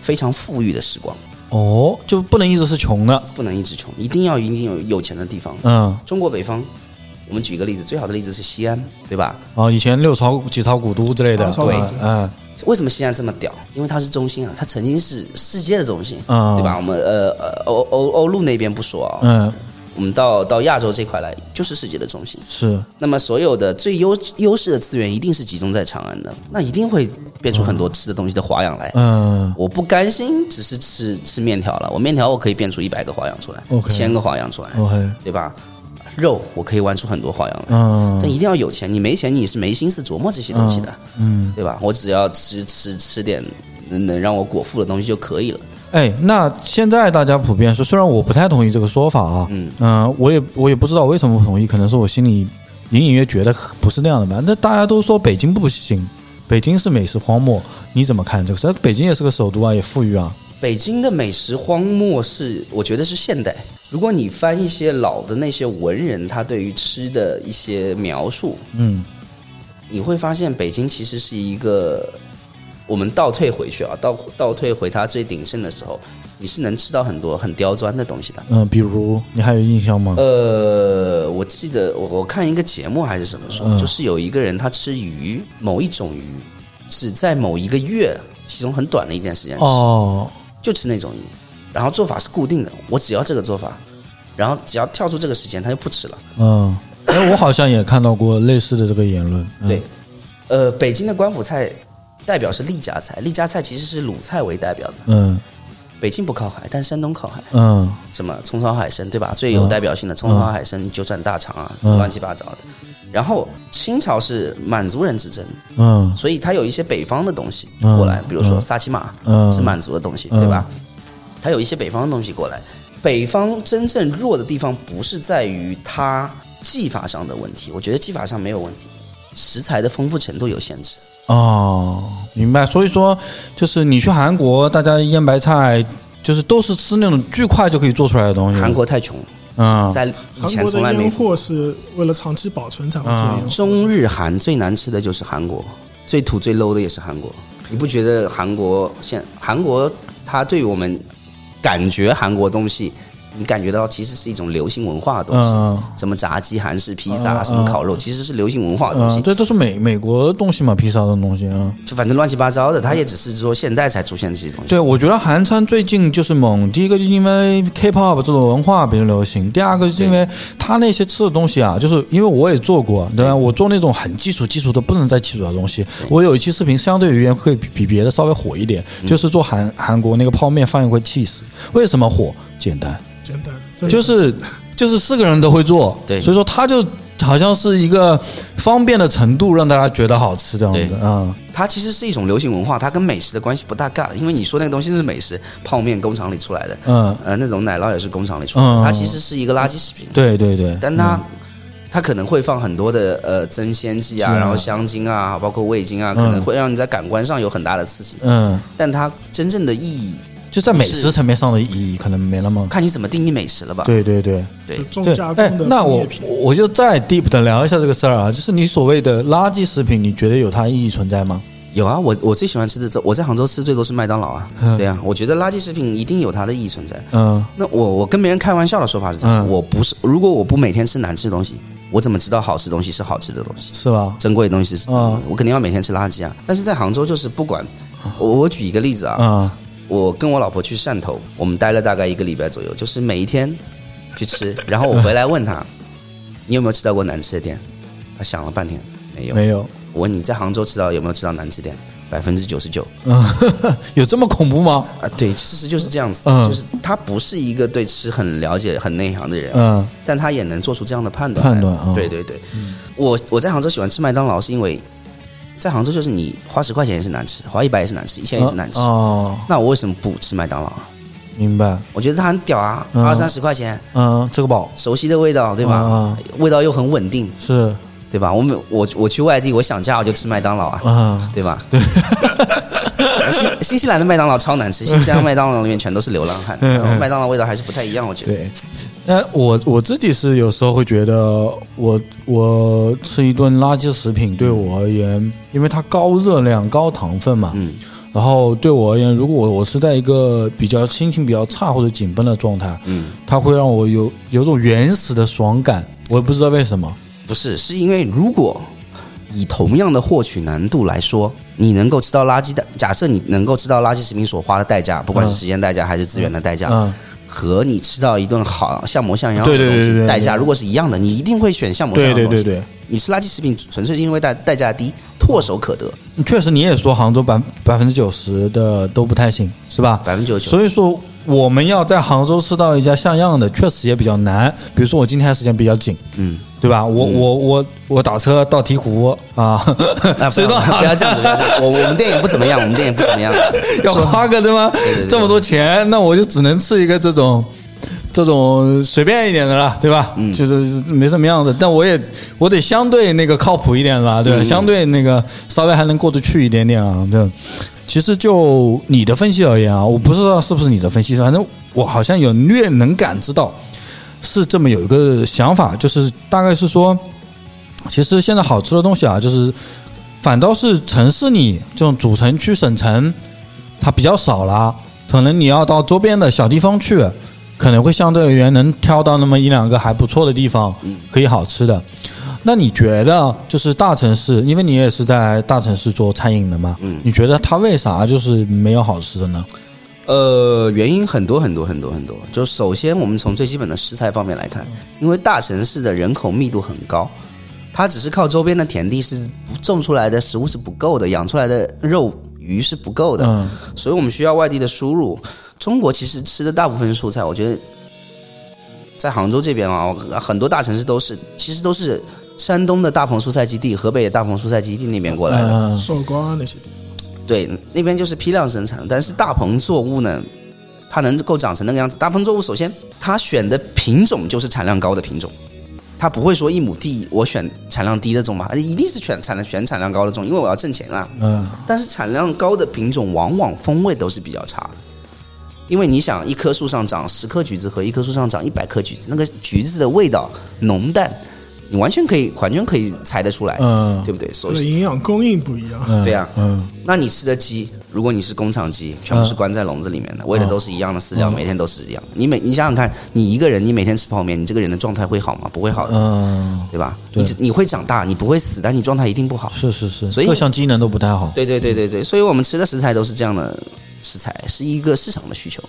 Speaker 3: 非常富裕的时光，
Speaker 1: 哦，就不能一直是穷的。
Speaker 3: 不能一直穷，一定要一定有有钱的地方。
Speaker 1: 嗯，
Speaker 3: 中国北方，我们举一个例子，最好的例子是西安，对吧？
Speaker 1: 哦，以前六朝几朝古都之类的，
Speaker 2: 八朝
Speaker 1: 对
Speaker 2: 古
Speaker 1: 吧
Speaker 2: 都
Speaker 1: 嗯
Speaker 3: 为什么西安这么屌？因为它是中心啊，它曾经是世界的中心，
Speaker 1: 嗯
Speaker 3: 对吧？我们呃呃欧欧欧陆那边不说啊，
Speaker 1: 嗯，
Speaker 3: 我们到到亚洲这块来，就是世界的中心。
Speaker 1: 是
Speaker 3: 那么所有的最优优势的资源一定是集中在长安的，那一定会变出很多吃的东西的花样来。
Speaker 1: 嗯
Speaker 3: 我不甘心只是吃吃面条了，我面条我可以变出一百个花样出来，
Speaker 1: OK 哦
Speaker 3: 千个花样出来，
Speaker 1: OK
Speaker 3: 对吧？肉我可以玩出很多花样来，
Speaker 1: 嗯
Speaker 3: 但一定要有钱，你没钱你是没心思琢磨这些东西的，嗯，对吧？我只要吃吃吃点能能让我果腹的东西就可以了。
Speaker 1: 哎，那现在大家普遍说，虽然我不太同意这个说法啊，
Speaker 3: 嗯
Speaker 1: 呃我也我也不知道为什么不同意，可能是我心里隐隐约觉得不是那样的吧。那大家都说北京不行，北京是美食荒漠，你怎么看这个事？北京也是个首都啊，也富裕啊，
Speaker 3: 北京的美食荒漠是，我觉得是现代。如果你翻一些老的那些文人他对于吃的一些描述，
Speaker 1: 嗯
Speaker 3: 你会发现北京其实是一个，我们倒退回去啊，倒倒退回它最鼎盛的时候，你是能吃到很多很刁钻的东西的。
Speaker 1: 嗯、比如你还有印象吗？
Speaker 3: 呃，我记得我我看一个节目还是什么说，
Speaker 1: 嗯
Speaker 3: 就是有一个人他吃鱼，某一种鱼，只在某一个月其中很短的一段时间吃，
Speaker 1: 哦，
Speaker 3: 就吃那种鱼，然后做法是固定的，我只要这个做法，然后只要跳出这个时间他就不吃了。
Speaker 1: 嗯，哎，我好像也看到过类似的这个言论，嗯
Speaker 3: 呃对，，呃，北京的官府菜代表是丽家菜，丽家菜其实是鲁菜为代表的。
Speaker 1: 嗯
Speaker 3: 北京不靠海，但山东靠海，
Speaker 1: 嗯
Speaker 3: 什么葱烧海参，对吧？最有代表性的葱烧海参、九转大肠啊，
Speaker 1: 嗯
Speaker 3: 乱七八糟的。然后清朝是满族人执政，
Speaker 1: 嗯
Speaker 3: 所以它有一些北方的东西
Speaker 1: 嗯
Speaker 3: 过来，比如说
Speaker 1: 嗯
Speaker 3: 萨其马
Speaker 1: 嗯
Speaker 3: 是满族的东西，对吧？它有一些北方的东西过来。北方真正弱的地方不是在于它技法上的问题，我觉得技法上没有问题，食材的丰富程度有限制。
Speaker 1: 哦，明白。所以说，就是你去韩国，大家腌白菜，就是都是吃那种巨快就可以做出来的东西。
Speaker 3: 韩，国太穷了，
Speaker 1: 嗯，
Speaker 3: 在以
Speaker 2: 韩
Speaker 3: 前
Speaker 2: 国
Speaker 3: 从
Speaker 2: 的
Speaker 3: 来没
Speaker 2: 烟货是为了长期保存才会做
Speaker 1: 嗯
Speaker 2: 烟火
Speaker 3: 中日韩最难吃的就是韩国，最土最 low 的也是韩国。你不觉得韩国现韩国它对我们感觉韩国东西，你感觉到其实是一种流行文化的东西，
Speaker 1: 嗯
Speaker 3: 什么炸鸡、韩式披萨、
Speaker 1: 嗯
Speaker 3: 什么烤肉，其实是流行文化的东西。
Speaker 1: 嗯，这都是美美国东西嘛，披萨这种东西啊。
Speaker 3: 就反正乱七八糟的，它也只是说现代才出现这些东西。
Speaker 1: 对，我觉得韩餐最近就是猛，第一个就因为 K-pop 这种文化比较流行，第二个是因为它那些吃的东西啊，就是因为我也做过，啊对吧？我做那种很基础、基础的不能再基础的东西。我有一期视频相对于会比比别的稍微火一点，
Speaker 3: 嗯
Speaker 1: 就是做韩韩国那个泡面放一块 cheese，为什么火？简单，
Speaker 2: 简单，真的
Speaker 1: 就是就是四个人都会做，
Speaker 3: 对
Speaker 1: 所以说它就好像是一个方便的程度，让大家觉得好吃这样子
Speaker 3: 对
Speaker 1: 啊、
Speaker 3: 它其实是一种流行文化，它跟美食的关系不大尬，因为你说那个东西是美食，泡面工厂里出来的，
Speaker 1: 嗯
Speaker 3: 呃，那种奶酪也是工厂里出来的，
Speaker 1: 嗯
Speaker 3: 它其实是一个垃圾食品。
Speaker 1: 对对对，
Speaker 3: 但它它可能会放很多的呃增鲜剂啊，
Speaker 1: 是啊
Speaker 3: 然后香精啊，包括味精啊，可能会让你在感官上有很大的刺激。
Speaker 1: 嗯，
Speaker 3: 但它真正的意义，
Speaker 1: 就在美
Speaker 3: 是
Speaker 1: 食层面上的意义可能没那么。
Speaker 3: 看你怎么定义美食了吧？
Speaker 1: 对对对
Speaker 3: 对
Speaker 2: 有重
Speaker 1: 对
Speaker 2: 加，
Speaker 1: 哎
Speaker 2: 工的，
Speaker 1: 那
Speaker 2: 工
Speaker 1: 我
Speaker 2: 业品
Speaker 1: 我我就再 deep 的聊一下这个事儿啊，就是你所谓的垃圾食品，你觉得有它意义存在吗？
Speaker 3: 有啊，我我最喜欢吃的，我在杭州吃最多是麦当劳啊。对啊，我觉得垃圾食品一定有它的意义存在。
Speaker 1: 嗯
Speaker 3: 那我我跟别人开玩笑的说法是这样：
Speaker 1: 嗯
Speaker 3: 我不是，如果我不每天吃难吃的东西，我怎么知道好吃的东西是好吃的东西？
Speaker 1: 是吧？
Speaker 3: 珍贵的东西是珍贵的
Speaker 1: 嗯
Speaker 3: 我肯定要每天吃垃圾啊。但是在杭州就是不管，我我举一个例子啊，
Speaker 1: 嗯
Speaker 3: 我跟我老婆去汕头，我们待了大概一个礼拜左右，就是每一天去吃，然后我回来问她，你有没有吃到过难吃的店？她想了半天，没有。
Speaker 1: 没有，
Speaker 3: 我问你在杭州吃到有没有吃到难吃店？百分之九十九
Speaker 1: 有这么恐怖吗？
Speaker 3: 啊，对，事实就是这样子，
Speaker 1: 嗯
Speaker 3: 就是他不是一个对吃很了解、很内行的人，
Speaker 1: 嗯
Speaker 3: 但他也能做出这样的判断来。
Speaker 1: 判断啊
Speaker 3: 对对对，我我在杭州喜欢吃麦当劳，是因为在杭州就是你花十块钱也是难吃，花一百也是难吃，一千也是难吃。
Speaker 1: 哦，
Speaker 3: 那我为什么不吃麦当劳啊？
Speaker 1: 明白，
Speaker 3: 我觉得它很屌啊，
Speaker 1: 嗯
Speaker 3: 二三十块钱，
Speaker 1: 嗯，吃个饱
Speaker 3: 熟悉的味道，对吧
Speaker 1: 嗯？
Speaker 3: 味道又很稳定，
Speaker 1: 是，
Speaker 3: 对吧？我每我我去外地，我想家我就吃麦当劳啊，
Speaker 1: 嗯，
Speaker 3: 对吧？对。 新新西兰的麦当劳 超难吃，新西兰麦当劳里面全都是流浪汉，然后麦当劳味道还是不太一样，我觉得。
Speaker 1: 嗯对。那我我自己是有时候会觉得我，我吃一顿垃圾食品对我而言，因为它高热量、高糖分嘛，
Speaker 3: 嗯，
Speaker 1: 然后对我而言，如果我我是在一个比较心情比较差或者紧绷的状态，
Speaker 3: 嗯，
Speaker 1: 它会让我有有种原始的爽感，我也不知道为什么。
Speaker 3: 不是，是因为如果以同样的获取难度来说，你能够吃到垃圾的，假设你能够吃到垃圾食品所花的代价，不管是
Speaker 1: 嗯
Speaker 3: 时间代价还是资源的代价，
Speaker 1: 嗯，
Speaker 3: 和你吃到一顿好像模像样的
Speaker 1: 对对对
Speaker 3: 东
Speaker 1: 对对
Speaker 3: 西
Speaker 1: 对
Speaker 3: 代价，如果是一样的，你一定会选像模像
Speaker 1: 对
Speaker 3: 样的
Speaker 1: 对
Speaker 3: 东西。
Speaker 1: 对对，
Speaker 3: 你吃垃圾食品纯粹是因为代代价低，唾手可得，
Speaker 1: 确实你也说杭州百百分之九十的都不太行，是吧？
Speaker 3: 百分之九十九。
Speaker 1: 所以说，我们要在杭州吃到一家像样的，确实也比较难。比如说，我今天时间比较紧，
Speaker 3: 嗯，
Speaker 1: 对吧？我、我我我打车到鹈鹕啊，
Speaker 3: 那不
Speaker 1: 隧
Speaker 3: 要
Speaker 1: 道
Speaker 3: 不要这样子，不要这样子。我我们店也不怎么样，我们店也不怎么样。
Speaker 1: 要花个对吗？
Speaker 3: 对对对
Speaker 1: 这么多钱，那我就只能吃一个这种。这种随便一点的了，对吧？嗯，就是没什么样子，但我也我得相对那个靠谱一点吧，对吧？相对那个稍微还能过得去一点点啊。对，其实就你的分析而言啊，我不知道是不是你的分析，反正我好像有略能感知到，是这么有一个想法，就是大概是说，其实现在好吃的东西啊，就是反倒是城市里这种主城区、省城，它比较少了，可能你要到周边的小地方去，可能会相对而言能挑到那么一两个还不错的地方，
Speaker 3: 嗯
Speaker 1: 可以好吃的。那你觉得就是大城市，因为你也是在大城市做餐饮的嘛，
Speaker 3: 嗯
Speaker 1: 你觉得它为啥就是没有好吃的呢？
Speaker 3: 呃，原因很多很多很多很多。就首先，我们从最基本的食材方面来看，因为大城市的人口密度很高，它只是靠周边的田地是种出来的食物是不够的，养出来的肉鱼是不够的，
Speaker 1: 嗯
Speaker 3: 所以我们需要外地的输入。中国其实吃的大部分蔬菜，我觉得在杭州这边啊，我很多大城市都是，其实都是山东的大棚蔬菜基地、河北的大棚蔬菜基地那边过来的。
Speaker 1: 嗯、
Speaker 2: 寿光啊那些地方，
Speaker 3: 对，那边就是批量生产，但是大棚作物呢，它能够长成那个样子。大棚作物首先它选的品种就是产量高的品种，它不会说一亩地我选产量低的种吧，一定是选产量选产量高的种，因为我要挣钱啊。
Speaker 1: 嗯，
Speaker 3: 但是产量高的品种往往风味都是比较差的，因为你想一棵树上长十颗橘子和一棵树上长一百颗橘子，那个橘子的味道浓淡，你完全可以完全可以猜得出来，
Speaker 1: 嗯
Speaker 3: 对不对？所
Speaker 2: 就是
Speaker 3: 以
Speaker 2: 营养供应不一样。
Speaker 3: 对呀、
Speaker 1: 嗯
Speaker 3: 那你吃的鸡，如果你是工厂鸡，全部是关在笼子里面的，喂的都是一样的饲
Speaker 1: 嗯
Speaker 3: 料，每天都是一样。你每你想想看，你一个人，你每天吃泡面，你这个人的状态会好吗？不会好的，
Speaker 1: 嗯，
Speaker 3: 对吧？你只你会长大，你不会死，但你状态一定不好。
Speaker 1: 是是是，
Speaker 3: 所以
Speaker 1: 各项机能都不太好。
Speaker 3: 对对对对对，所以我们吃的食材都是这样的食材，是一个市场的需求，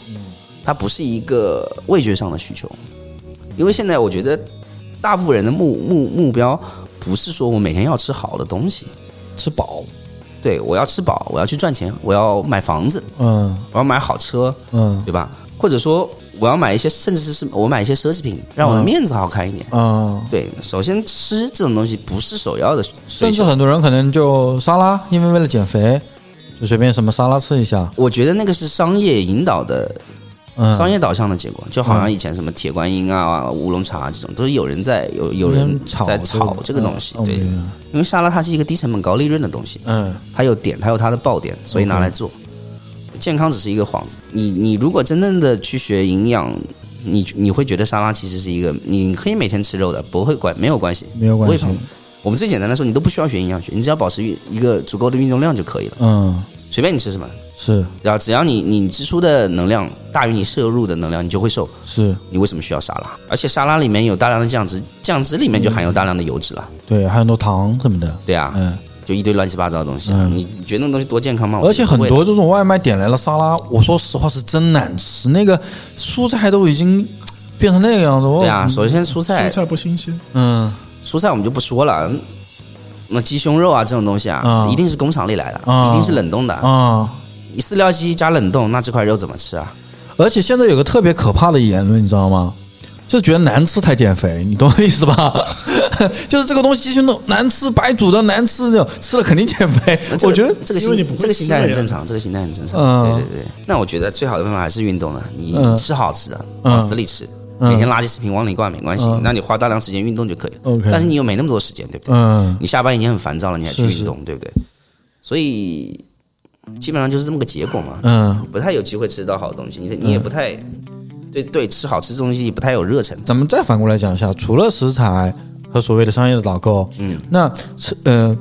Speaker 3: 它不是一个味觉上的需求。因为现在我觉得，大部分人的目目目标不是说我每天要吃好的东西，
Speaker 1: 吃饱，
Speaker 3: 对我要吃饱，我要去赚钱，我要买房子，
Speaker 1: 嗯
Speaker 3: 我要买好车，
Speaker 1: 嗯
Speaker 3: 对吧？或者说我要买一些，甚至是我买一些奢侈品，让我的面子好看一点。
Speaker 1: 嗯，
Speaker 3: 对，首先吃这种东西不是首要的
Speaker 1: 甚
Speaker 3: 追
Speaker 1: 至
Speaker 3: 求，
Speaker 1: 很多人可能就沙拉，因为为了减肥，就随便什么沙拉吃一下。
Speaker 3: 我觉得那个是商业引导的、
Speaker 1: 嗯，
Speaker 3: 商业导向的结果，就好像
Speaker 1: 嗯
Speaker 3: 以前什么铁观音啊、乌龙茶这种，都是有人在有有人
Speaker 1: 炒
Speaker 3: 在
Speaker 1: 这个
Speaker 3: 炒这个东西。
Speaker 1: 嗯
Speaker 3: 对，
Speaker 1: 嗯
Speaker 3: 因为沙拉它是一个低成本高利润的东西，
Speaker 1: 嗯
Speaker 3: 它有点，它有它的爆点，所以拿来做。健康只是一个幌子，你你如果真正的去学营养，你你会觉得沙拉其实是一个，你可以每天吃肉的，不会关没有关系，
Speaker 1: 没有关系
Speaker 3: 不会胖我们最简单的说，你都不需要学营养学，你只要保持运一个足够的运动量就可以了，
Speaker 1: 嗯，
Speaker 3: 随便你吃什么，
Speaker 1: 是
Speaker 3: 只要只要你你支出的能量大于你摄入的能量，你就会瘦。
Speaker 1: 是，
Speaker 3: 你为什么需要沙拉？而且沙拉里面有大量的酱汁，酱汁里面就含有大量的油脂了，
Speaker 1: 对，还有很多糖什么的。
Speaker 3: 对啊，
Speaker 1: 嗯，
Speaker 3: 就一堆乱七八糟的东西，啊
Speaker 1: 嗯
Speaker 3: 你你觉得那个东西多健康哦吗？我
Speaker 1: 而且
Speaker 3: 觉得
Speaker 1: 很
Speaker 3: 不会的
Speaker 1: 多这种外卖点来了沙拉，我说实话是真难吃，那个蔬菜都已经变成那个样子。我
Speaker 3: 啊对啊，，首先蔬菜
Speaker 2: 蔬，菜不新鲜，
Speaker 1: 嗯
Speaker 3: 蔬菜我们就不说了，那鸡胸肉啊这种东西啊，
Speaker 1: 嗯
Speaker 3: 一定是工厂里来的，
Speaker 1: 嗯
Speaker 3: 一定是冷冻的。
Speaker 1: 啊、
Speaker 3: 你饲料鸡加冷冻，那这块肉怎么吃啊？
Speaker 1: 而且现在有个特别可怕的言论，你知道吗？就觉得难吃才减肥，你懂我意思吧？ 就是这个东西鸡胸肉难吃，白煮的难吃，就吃了肯定减肥
Speaker 3: 那。这个
Speaker 1: 我觉得，
Speaker 3: 这个
Speaker 2: 因为你不
Speaker 3: 心
Speaker 2: 会
Speaker 3: 这个心
Speaker 2: 吃了
Speaker 3: 态很
Speaker 2: 呀
Speaker 3: 正常，这个心态很正常。
Speaker 1: 嗯
Speaker 3: 对对对。那我觉得最好的办法还是运动了，你
Speaker 1: 嗯
Speaker 3: 吃好吃的，
Speaker 1: 嗯
Speaker 3: 往死里吃，每天垃圾食品往里灌没关系
Speaker 1: 嗯，
Speaker 3: 那你花大量时间运动就可以了。
Speaker 1: OK
Speaker 3: 但是你又没那么多时间，对不对？
Speaker 1: 嗯，
Speaker 3: 你下班已经很烦躁了，你还去
Speaker 1: 是是
Speaker 3: 运动，对不对？所以基本上就是这么个结果嘛。
Speaker 1: 嗯，
Speaker 3: 不太有机会吃到好东西，你你也不太对对吃好吃这东西不太有热忱。
Speaker 1: 咱们再反过来讲一下，除了食材和所谓的商业的导购，
Speaker 3: 嗯，
Speaker 1: 那吃呃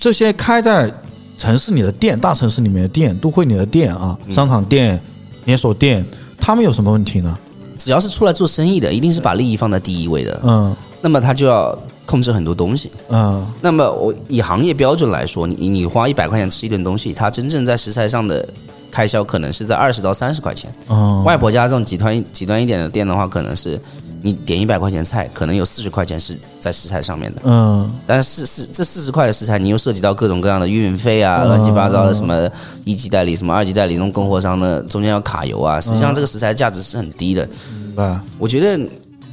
Speaker 1: 这些开在城市里的店、大城市里面的店、都会里的店啊，商场店、连锁店，他们有什么问题呢？
Speaker 3: 只要是出来做生意的，一定是把利益放在第一位的，
Speaker 1: 嗯
Speaker 3: 那么他就要控制很多东西。
Speaker 1: 嗯
Speaker 3: 那么我以行业标准来说，你你花一百块钱吃一顿东西，它真正在食材上的开销可能是在二十到三十块钱。
Speaker 1: 嗯，
Speaker 3: 外婆家这种极端极端一点的店的话，可能是你点一百块钱菜，可能有四十块钱是在食材上面的。
Speaker 1: 嗯
Speaker 3: 但是是这四十块的食材，你又涉及到各种各样的运费啊，乱七八糟的什么一级代理、什么二级代理那种供货商的，中间要卡油啊。实际上这个食材价值是很低的。
Speaker 1: 明白。
Speaker 3: 我觉得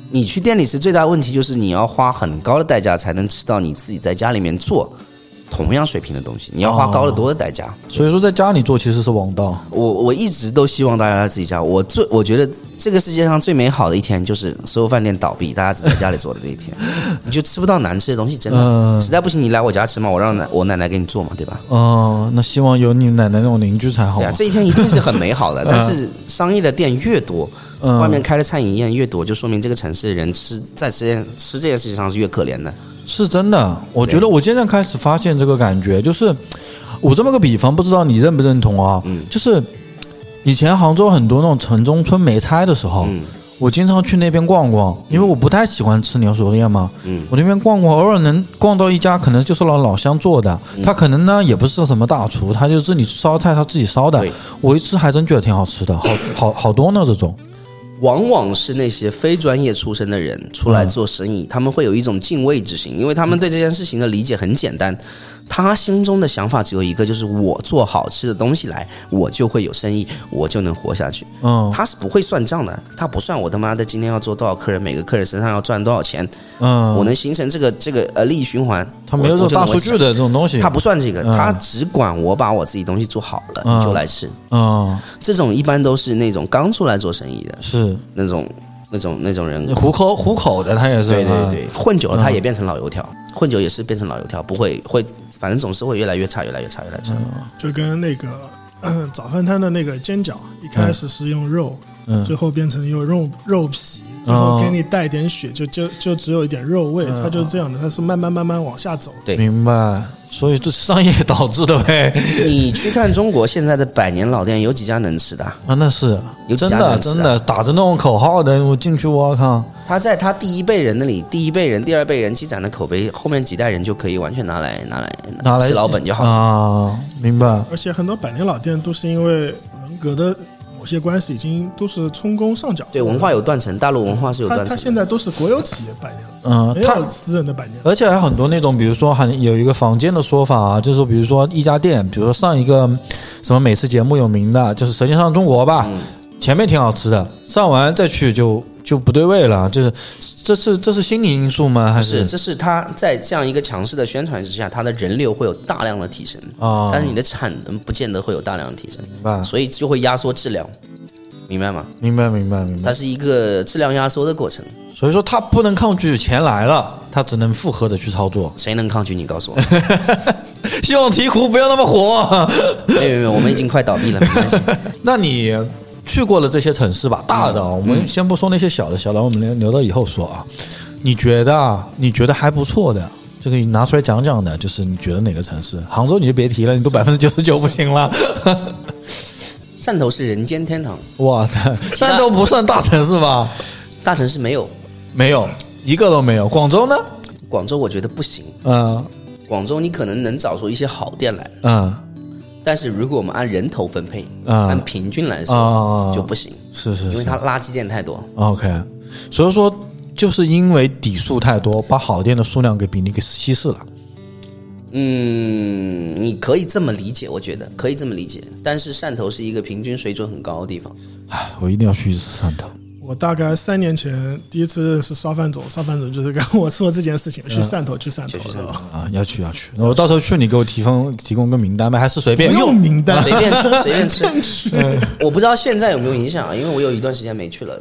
Speaker 3: 你去店里吃最大的问题就是你要花很高的代价才能吃到你自己在家里面做同样水平的东西，你要花高得多的代价。
Speaker 1: 所以说，在家里做其实是王道。
Speaker 3: 我我一直都希望大家在自己家，我最我觉得这个世界上最美好的一天就是所有饭店倒闭，大家只在家里做的那一 天，你就吃不到难吃的东西，真的。
Speaker 1: 嗯
Speaker 3: 实在不行你来我家吃嘛，我让奶我奶奶给你做嘛，对吧？
Speaker 1: 嗯，那希望有你奶奶那种邻居才好
Speaker 3: 对
Speaker 1: 嘛
Speaker 3: 啊，。这一天一定是很美 好的。但是商业的店越多，
Speaker 1: 嗯
Speaker 3: 外面开的餐饮业越多，就说明这个城市的人吃在这件吃这件事情上是越可怜的。
Speaker 1: 是真的，我
Speaker 3: 对
Speaker 1: 觉得我渐渐开始发现这个感觉，就是我这么个比方，不知道你认不认同啊？
Speaker 3: 嗯
Speaker 1: 就是以前杭州很多那种城中村没拆的时候，
Speaker 3: 嗯
Speaker 1: 我经常去那边逛逛，因为我不太喜欢吃连锁店嘛。
Speaker 3: 嗯
Speaker 1: 我那边逛逛，偶尔能逛到一家，可能就是老老乡做的，
Speaker 3: 嗯
Speaker 1: 他可能呢也不是什么大厨，他就自己烧菜，他自己烧的
Speaker 3: 对。
Speaker 1: 我一吃还真觉得挺好吃的，好好好多呢这种。
Speaker 3: 往往是那些非专业出身的人出来做生意，他们会有一种敬畏之心，因为他们对这件事情的理解很简单，他心中的想法只有一个，就是我做好吃的东西来，我就会有生意，我就能活下去。
Speaker 1: 嗯
Speaker 3: 他是不会算账的，他不算我他妈的今天要做多少客人，每个客人身上要赚多少钱，
Speaker 1: 嗯，
Speaker 3: 我能形成这个这个呃利益循环。
Speaker 1: 他没有这
Speaker 3: 我
Speaker 1: 种大数据，的这种东
Speaker 3: 我就能维持
Speaker 1: 西。
Speaker 3: 他不算这个，
Speaker 1: 嗯
Speaker 3: 他只管我把我自己东西做好了，
Speaker 1: 嗯
Speaker 3: 你就来吃。
Speaker 1: 嗯
Speaker 3: 这种一般都是那种刚出来做生意的
Speaker 1: 是
Speaker 3: 那种那种那种人。
Speaker 1: 糊口糊口的，他也是。
Speaker 3: 对对
Speaker 1: 嗯
Speaker 3: 对，混久了他也变成老油条，混久也是变成老油条，不会会，反正总是会越来越差，越来越差，越来越差。
Speaker 1: 哦
Speaker 2: 就跟那个嗯早饭摊的那个煎饺，一开始是用肉，
Speaker 1: 嗯哦
Speaker 2: 最后变成用肉肉皮，最后给你带一点血，就就就只有一点肉
Speaker 1: 嗯
Speaker 2: 味，它就是这样的，它是慢慢慢慢往下走。
Speaker 3: 对
Speaker 1: 明白。所以这商业 导致的呗。
Speaker 3: 你去看中国现在的百年老店，有几家能吃的啊？
Speaker 1: 啊，那是
Speaker 3: 有几
Speaker 1: 真
Speaker 3: 家
Speaker 1: 的
Speaker 3: 能吃
Speaker 1: 真
Speaker 3: 啊
Speaker 1: 的打着那种口号的，我进去我靠，
Speaker 3: 他在他第一辈人那里，第一辈人、第二辈人积攒的口碑，后面几代人就可以完全拿来拿来
Speaker 1: 拿来
Speaker 3: 吃老本就好了。
Speaker 1: 啊，明白。
Speaker 2: 而且很多百年老店都是因为文革的某些关系，已经都是充公上缴。
Speaker 3: 对，文化有断层，大陆文化是有呃
Speaker 2: 它
Speaker 3: 断
Speaker 2: 它现
Speaker 3: 层的。
Speaker 2: 在都是国有企业百年了，
Speaker 1: 嗯
Speaker 2: 没，
Speaker 1: 他
Speaker 2: 有私人的百年了。
Speaker 1: 而且还有很多那种，比如说还有一个坊间的说法啊，就是比如说一家店，比如说上一个什么美食节目有名的，就是《舌尖上的中国》吧，
Speaker 3: 嗯
Speaker 1: 前面挺好吃的，上完再去就就不对味了，就是这是这是心理因素吗？还
Speaker 3: 是，这是他在这样一个强势的宣传之下，他的人流会有大量的提升，
Speaker 1: 啊？
Speaker 3: 但是你的产能不见得会有大量的提升，
Speaker 1: 明白
Speaker 3: 所以就会压缩质量，明白吗？
Speaker 1: 明白明白明白
Speaker 3: 它。是一个质量压缩的过程，
Speaker 1: 所以说他不能抗拒钱来了，他只能复合的去操作。
Speaker 3: 谁能抗拒？你告诉我。
Speaker 1: 希望鹈鹕不要那么火。
Speaker 3: 没有没有没有，我们已经快倒闭了，没关系。
Speaker 1: 那你去过了这些城市吧，大的啊，我们先不说那些小的，小的我们留留到以后说啊。你觉得啊？你觉得还不错的，这个你拿出来讲讲的，就是你觉得哪个城市？杭州你就别提了，你都百分之九十九不行 了。
Speaker 3: 汕头是人间天堂，
Speaker 1: 哇塞，汕头不算大城市吧？
Speaker 3: 大城市没有，
Speaker 1: 没有一个都没有。广州呢？
Speaker 3: 广州我觉得不行。
Speaker 1: 嗯
Speaker 3: 广州你可能能找出一些好店来，
Speaker 1: 嗯，
Speaker 3: 但是如果我们按人头分配，
Speaker 1: 啊
Speaker 3: 按平均来说、
Speaker 1: 啊
Speaker 3: 就不行，
Speaker 1: 是是
Speaker 3: 因为
Speaker 1: 是
Speaker 3: 它垃圾店太多。
Speaker 1: ，OK。所以说，就是因为底数太多，把好店的数量给比例给稀释了。
Speaker 3: 嗯，你可以这么理解，我觉得可以这么理解。但是汕头是一个平均水准很高的地 方，
Speaker 1: 哎，我一定要去一次汕头。
Speaker 2: 我大概三年前第一次认识烧饭总，烧饭总就是跟我说这件事情，去汕头，去汕
Speaker 3: 嗯
Speaker 2: 头，是吧？
Speaker 1: 啊，要去要去，那我到时候去你给我提供提供个名单呗，还是随便
Speaker 2: 不用名单
Speaker 3: 随，便吃随便吃。 我不知道现在有没有影响啊，因为我有一段时间没去了，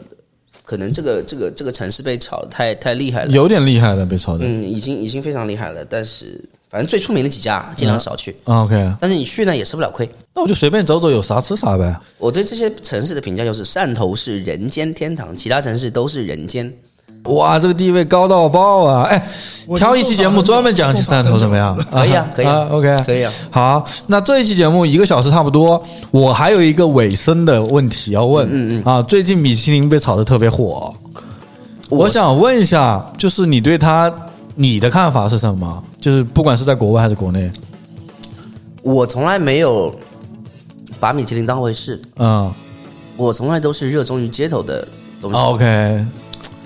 Speaker 3: 可能这个这个这个城市被炒得太太厉害了，
Speaker 1: 有点厉害的被炒的。
Speaker 3: 嗯，已经已经非常厉害了。但是反正最出名的几家尽量少去，
Speaker 1: 啊 OK，
Speaker 3: 但是你去呢也吃不了亏。
Speaker 1: 那我就随便走走，有啥吃啥呗。
Speaker 3: 我对这些城市的评价就是汕头是人间天堂，其他城市都是人间。
Speaker 1: 哇，这个地位高到爆啊！哎，
Speaker 2: 我
Speaker 1: 挑一期节目专门讲起汕头怎么样？
Speaker 3: 可以啊可以啊
Speaker 1: 啊，OK，
Speaker 3: 可以啊。
Speaker 1: 好，那这一期节目一个小时差不多，我还有一个尾声的问题要问。嗯嗯啊，最近米其林被炒得特别火，我想问一下，就是你对它你的看法是什么？就是不管是在国外还是国内，
Speaker 3: 我从来没有把米其林当回事，
Speaker 1: 嗯啊
Speaker 3: 我从来都是热衷于街头的东西。
Speaker 1: 哦，OK，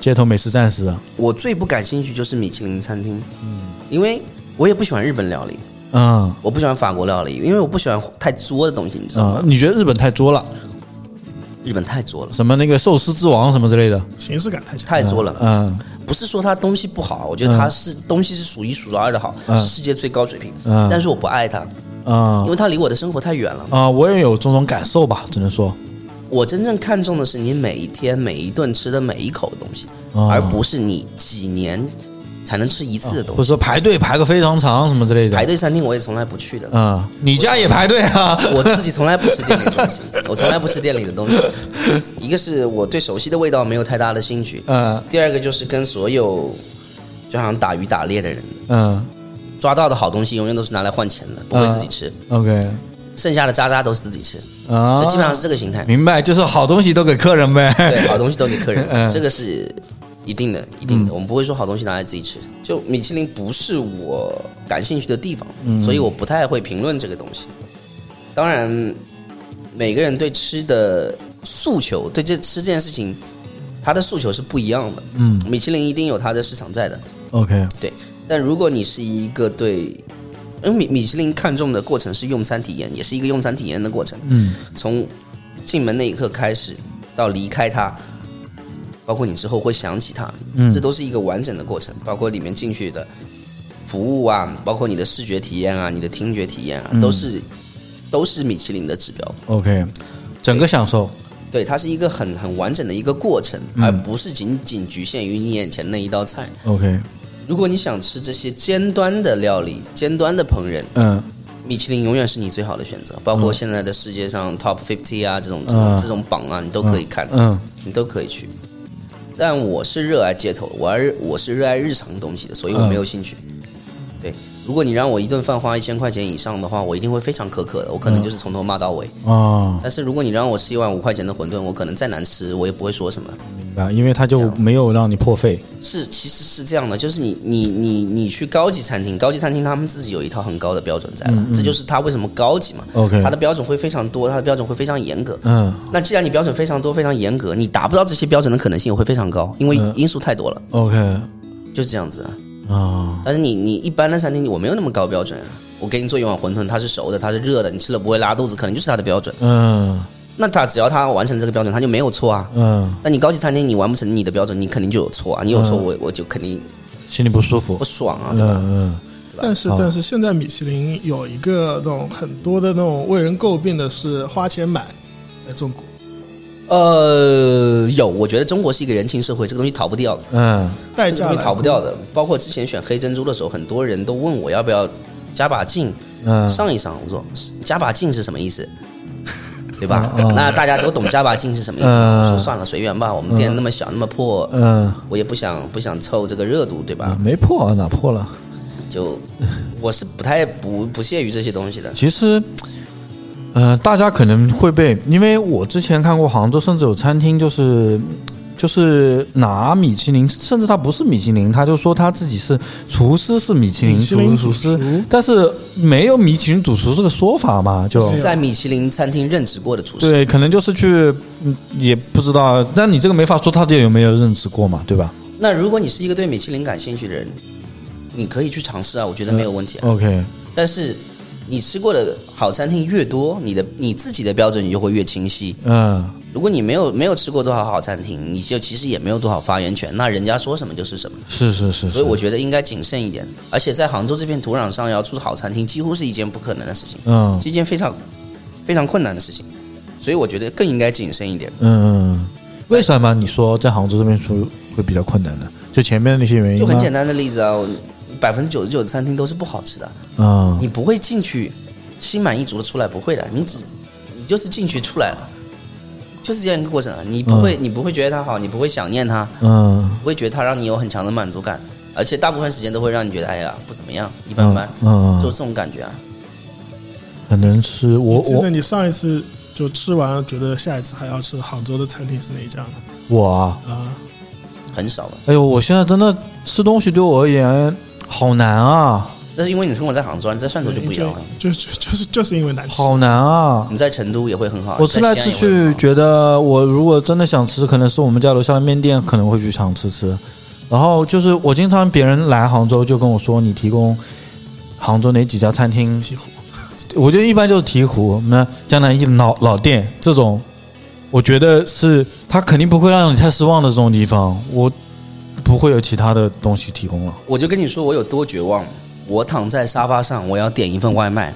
Speaker 1: 街头美食啊战士，
Speaker 3: 我最不感兴趣就是米其林餐厅，嗯，因为我也不喜欢日本料理，
Speaker 1: 嗯
Speaker 3: 我不喜欢法国料理，因为我不喜欢太作的东西，你知道吗？
Speaker 1: 嗯，你觉得日本太作了？嗯
Speaker 3: 日本太作了，
Speaker 1: 什么那个寿司之王什么之类的？
Speaker 2: 形式感太强。
Speaker 3: 太作了。
Speaker 1: 嗯
Speaker 3: 不是说它东西不好，我觉得它是、东西是数一数二的好，是世界最高水平。
Speaker 1: 嗯
Speaker 3: 但是我不爱它，因
Speaker 1: 嗯
Speaker 3: 为它离我的生活太远了。
Speaker 1: 啊，我也有这种感受吧，只能说，
Speaker 3: 我真正看重的是你每一天每一顿吃的每一口东西，
Speaker 1: 哦
Speaker 3: 而不是你几年才能吃一次的东
Speaker 1: 或
Speaker 3: 西。
Speaker 1: 者说排队排个非常长什么之类的。
Speaker 3: 排队餐厅我也从来不去的，
Speaker 1: 嗯，你家也排队啊？
Speaker 3: 我自己从来不吃店里的东西，我从来不吃店里的东西。一个是我对熟悉的味道没有太大的兴趣，
Speaker 1: 嗯
Speaker 3: 第二个就是跟所有就好像打鱼打猎的人，
Speaker 1: 嗯
Speaker 3: 抓到的好东西永远都是拿来换钱的，不会自己吃，
Speaker 1: ，OK
Speaker 3: 剩下的渣渣都是自己吃，
Speaker 1: 啊，
Speaker 3: 基本上是这个形态。
Speaker 1: 明白，就是好东西都给客人呗。
Speaker 3: 对，好东西都给客人，
Speaker 1: 嗯
Speaker 3: 这个是一定的，一定的。我们不会说好东西拿来自己吃。就米其林不是我感兴趣的地方，所以我不太会评论这个东西。当然，每个人对吃的诉求，对这吃这件事情，他的诉求是不一样的。嗯，米其林一定有它的市场在的。
Speaker 1: OK，
Speaker 3: 对，但如果你是一个对，因为米米其林看重的过程是用餐体验，也是一个用餐体验的过程。
Speaker 1: 嗯，
Speaker 3: 从进门那一刻开始到离开它，包括你之后会想起它，嗯，这都是一个完整的过程，包括里面进去的服务啊，包括你的视觉体验啊，你的听觉体验啊，都是都是米其林的指标。
Speaker 1: OK，整个享受。
Speaker 3: 对，它是一个很很完整的一个过程，而不是仅仅局限于你眼前那一道菜。
Speaker 1: OK，
Speaker 3: 如果你想吃这些尖端的料理、尖端的烹饪，
Speaker 1: 嗯
Speaker 3: 米其林永远是你最好的选择。包括现在的世界上 Top 50啊这种这种、
Speaker 1: 嗯
Speaker 3: 这种榜啊，你都可以看，
Speaker 1: 嗯
Speaker 3: 你都可以去。但我是热爱街头，我而我是热爱日常的东西的，所以我没有兴趣。
Speaker 1: 嗯
Speaker 3: 对，如果你让我一顿饭花一千块钱以上的话，我一定会非常苛刻的，我可能就是从头骂到尾。
Speaker 1: 哦，
Speaker 3: 但是如果你让我吃一碗五块钱的馄饨，我可能再难吃，我也不会说什么。
Speaker 1: 明白，因为他就没有让你破费。
Speaker 3: 是，其实是这样的，就是你你你你去高级餐厅，高级餐厅他们自己有一套很高的标准在了，这就是它为什么高级嘛。
Speaker 1: 嗯 OK
Speaker 3: 它的标准会非常多，它的标准会非常严格。
Speaker 1: 嗯
Speaker 3: 那既然你标准非常多、非常严格，你达不到这些标准的可能性也会非常高，因为
Speaker 1: 嗯
Speaker 3: 因素太多了，
Speaker 1: ，OK，
Speaker 3: 就是这样子啊。
Speaker 1: 啊，
Speaker 3: 但是你你一般的餐厅我没有那么高标准啊，我给你做一碗馄饨，它是熟的，它是热的，你吃了不会拉肚子，可能就是它的标准。
Speaker 1: 嗯
Speaker 3: 那它只要它完成这个标准，它就没有错啊。
Speaker 1: 嗯，
Speaker 3: 但你高级餐厅你完不成你的标准，你肯定就有错啊，你有错我我就肯定
Speaker 1: 心里不舒服
Speaker 3: 不。爽啊，
Speaker 1: 嗯
Speaker 3: 对吧？
Speaker 1: 嗯
Speaker 2: 但是但是现在米其林有一个那种很多的那种为人诟病的是花钱买，在中国
Speaker 3: 呃，有，我觉得中国是一个人情社会，这个东西逃不掉的，
Speaker 1: 嗯
Speaker 2: 代
Speaker 3: 这个
Speaker 2: 价
Speaker 3: 东西
Speaker 2: 来
Speaker 3: 逃不掉的。包括之前选黑珍珠的时候，很多人都问我要不要加把劲
Speaker 1: 嗯，
Speaker 3: 上一上，我说加把劲是什么意思？ 对吧？那大家都懂加把劲是什么意思吗？
Speaker 1: 嗯
Speaker 3: 我说算了，随缘吧。我们店那么小，那么破，
Speaker 1: 嗯，
Speaker 3: 我也不想不想凑这个热度，对吧？
Speaker 1: 没破哪破了？
Speaker 3: 就我是不太不不屑于这些东西的。
Speaker 1: 其实，呃，大家可能会被，因为我之前看过杭州，甚至有餐厅就是就是拿米其林，甚至他不是米其林，他就说他自己是厨师是米其林
Speaker 2: 米其林
Speaker 1: 厨师
Speaker 2: 主厨，
Speaker 1: 但是没有米其林主厨这个说法嘛，就。
Speaker 2: 啊
Speaker 3: 在米其林餐厅任职过的厨师，
Speaker 1: 啊对，可能就是去，嗯也不知道。但你这个没法说他到底有没有认识过嘛，对吧？
Speaker 3: 那如果你是一个对米其林感兴趣的人，你可以去尝试啊，我觉得没有问题啊。
Speaker 1: OK，
Speaker 3: 但是你吃过的好餐厅越多，你的你自己的标准你就会越清晰。
Speaker 1: 嗯，
Speaker 3: 如果你没有没有吃过多少好餐厅，你就其实也没有多少发言权，那人家说什么就是什么。
Speaker 1: 是是是
Speaker 3: 所
Speaker 1: 是，
Speaker 3: 以我觉得应该谨慎一点，而且在杭州这片土壤上，要出好餐厅几乎是一件不可能的事情，
Speaker 1: 嗯
Speaker 3: 是一件非常非常困难的事情。所以我觉得更应该谨慎一点。
Speaker 1: 嗯，为什么你说在杭州这边出会比较困难呢？就前面那些原因
Speaker 3: 就
Speaker 1: 吗
Speaker 3: 很简单的例子啊，百分之九十九的餐厅都是不好吃的，
Speaker 1: 嗯
Speaker 3: 你不会进去心满意足的出来，不会的，你只你就是进去出来了，就是这样一个过程啊。你不会、你不会觉得它好，你不会想念它，
Speaker 1: 嗯
Speaker 3: 不会觉得它让你有很强的满足感，而且大部分时间都会让你觉得哎呀不怎么样，一般般，
Speaker 1: 嗯
Speaker 3: 就
Speaker 1: 嗯，
Speaker 3: 这种感觉啊。
Speaker 1: 可能吃我
Speaker 2: 你记得
Speaker 1: 我
Speaker 2: 你上一次就吃完，觉得下一次还要吃杭州的餐厅是哪一家吗？
Speaker 1: 我啊，
Speaker 2: 啊，
Speaker 3: 很少吧，
Speaker 1: 哎呦，我现在真的吃东西对我而言好难啊，
Speaker 3: 但是因为你生活在杭州，你在汕头就不一样了。
Speaker 2: 就就就是就是因为难吃。
Speaker 1: 好难啊！
Speaker 3: 你在成都也会很好，
Speaker 1: 我吃来
Speaker 3: 在
Speaker 1: 吃
Speaker 3: 西安也会很
Speaker 1: 去，
Speaker 3: 好
Speaker 1: 觉得我如果真的想吃，可能是我们家楼下的面店，可能会去常吃吃。然后就是我经常别人来杭州就跟我说，你提供杭州哪几家餐厅？
Speaker 2: 鹈鹕，
Speaker 1: 我觉得一般就是鹈鹕、那江南一老老店这种，我觉得是它肯定不会让你太失望的这种地方，我不会有其他的东西提供了。
Speaker 3: 我就跟你说我有多绝望。我躺在沙发上，我要点一份外卖，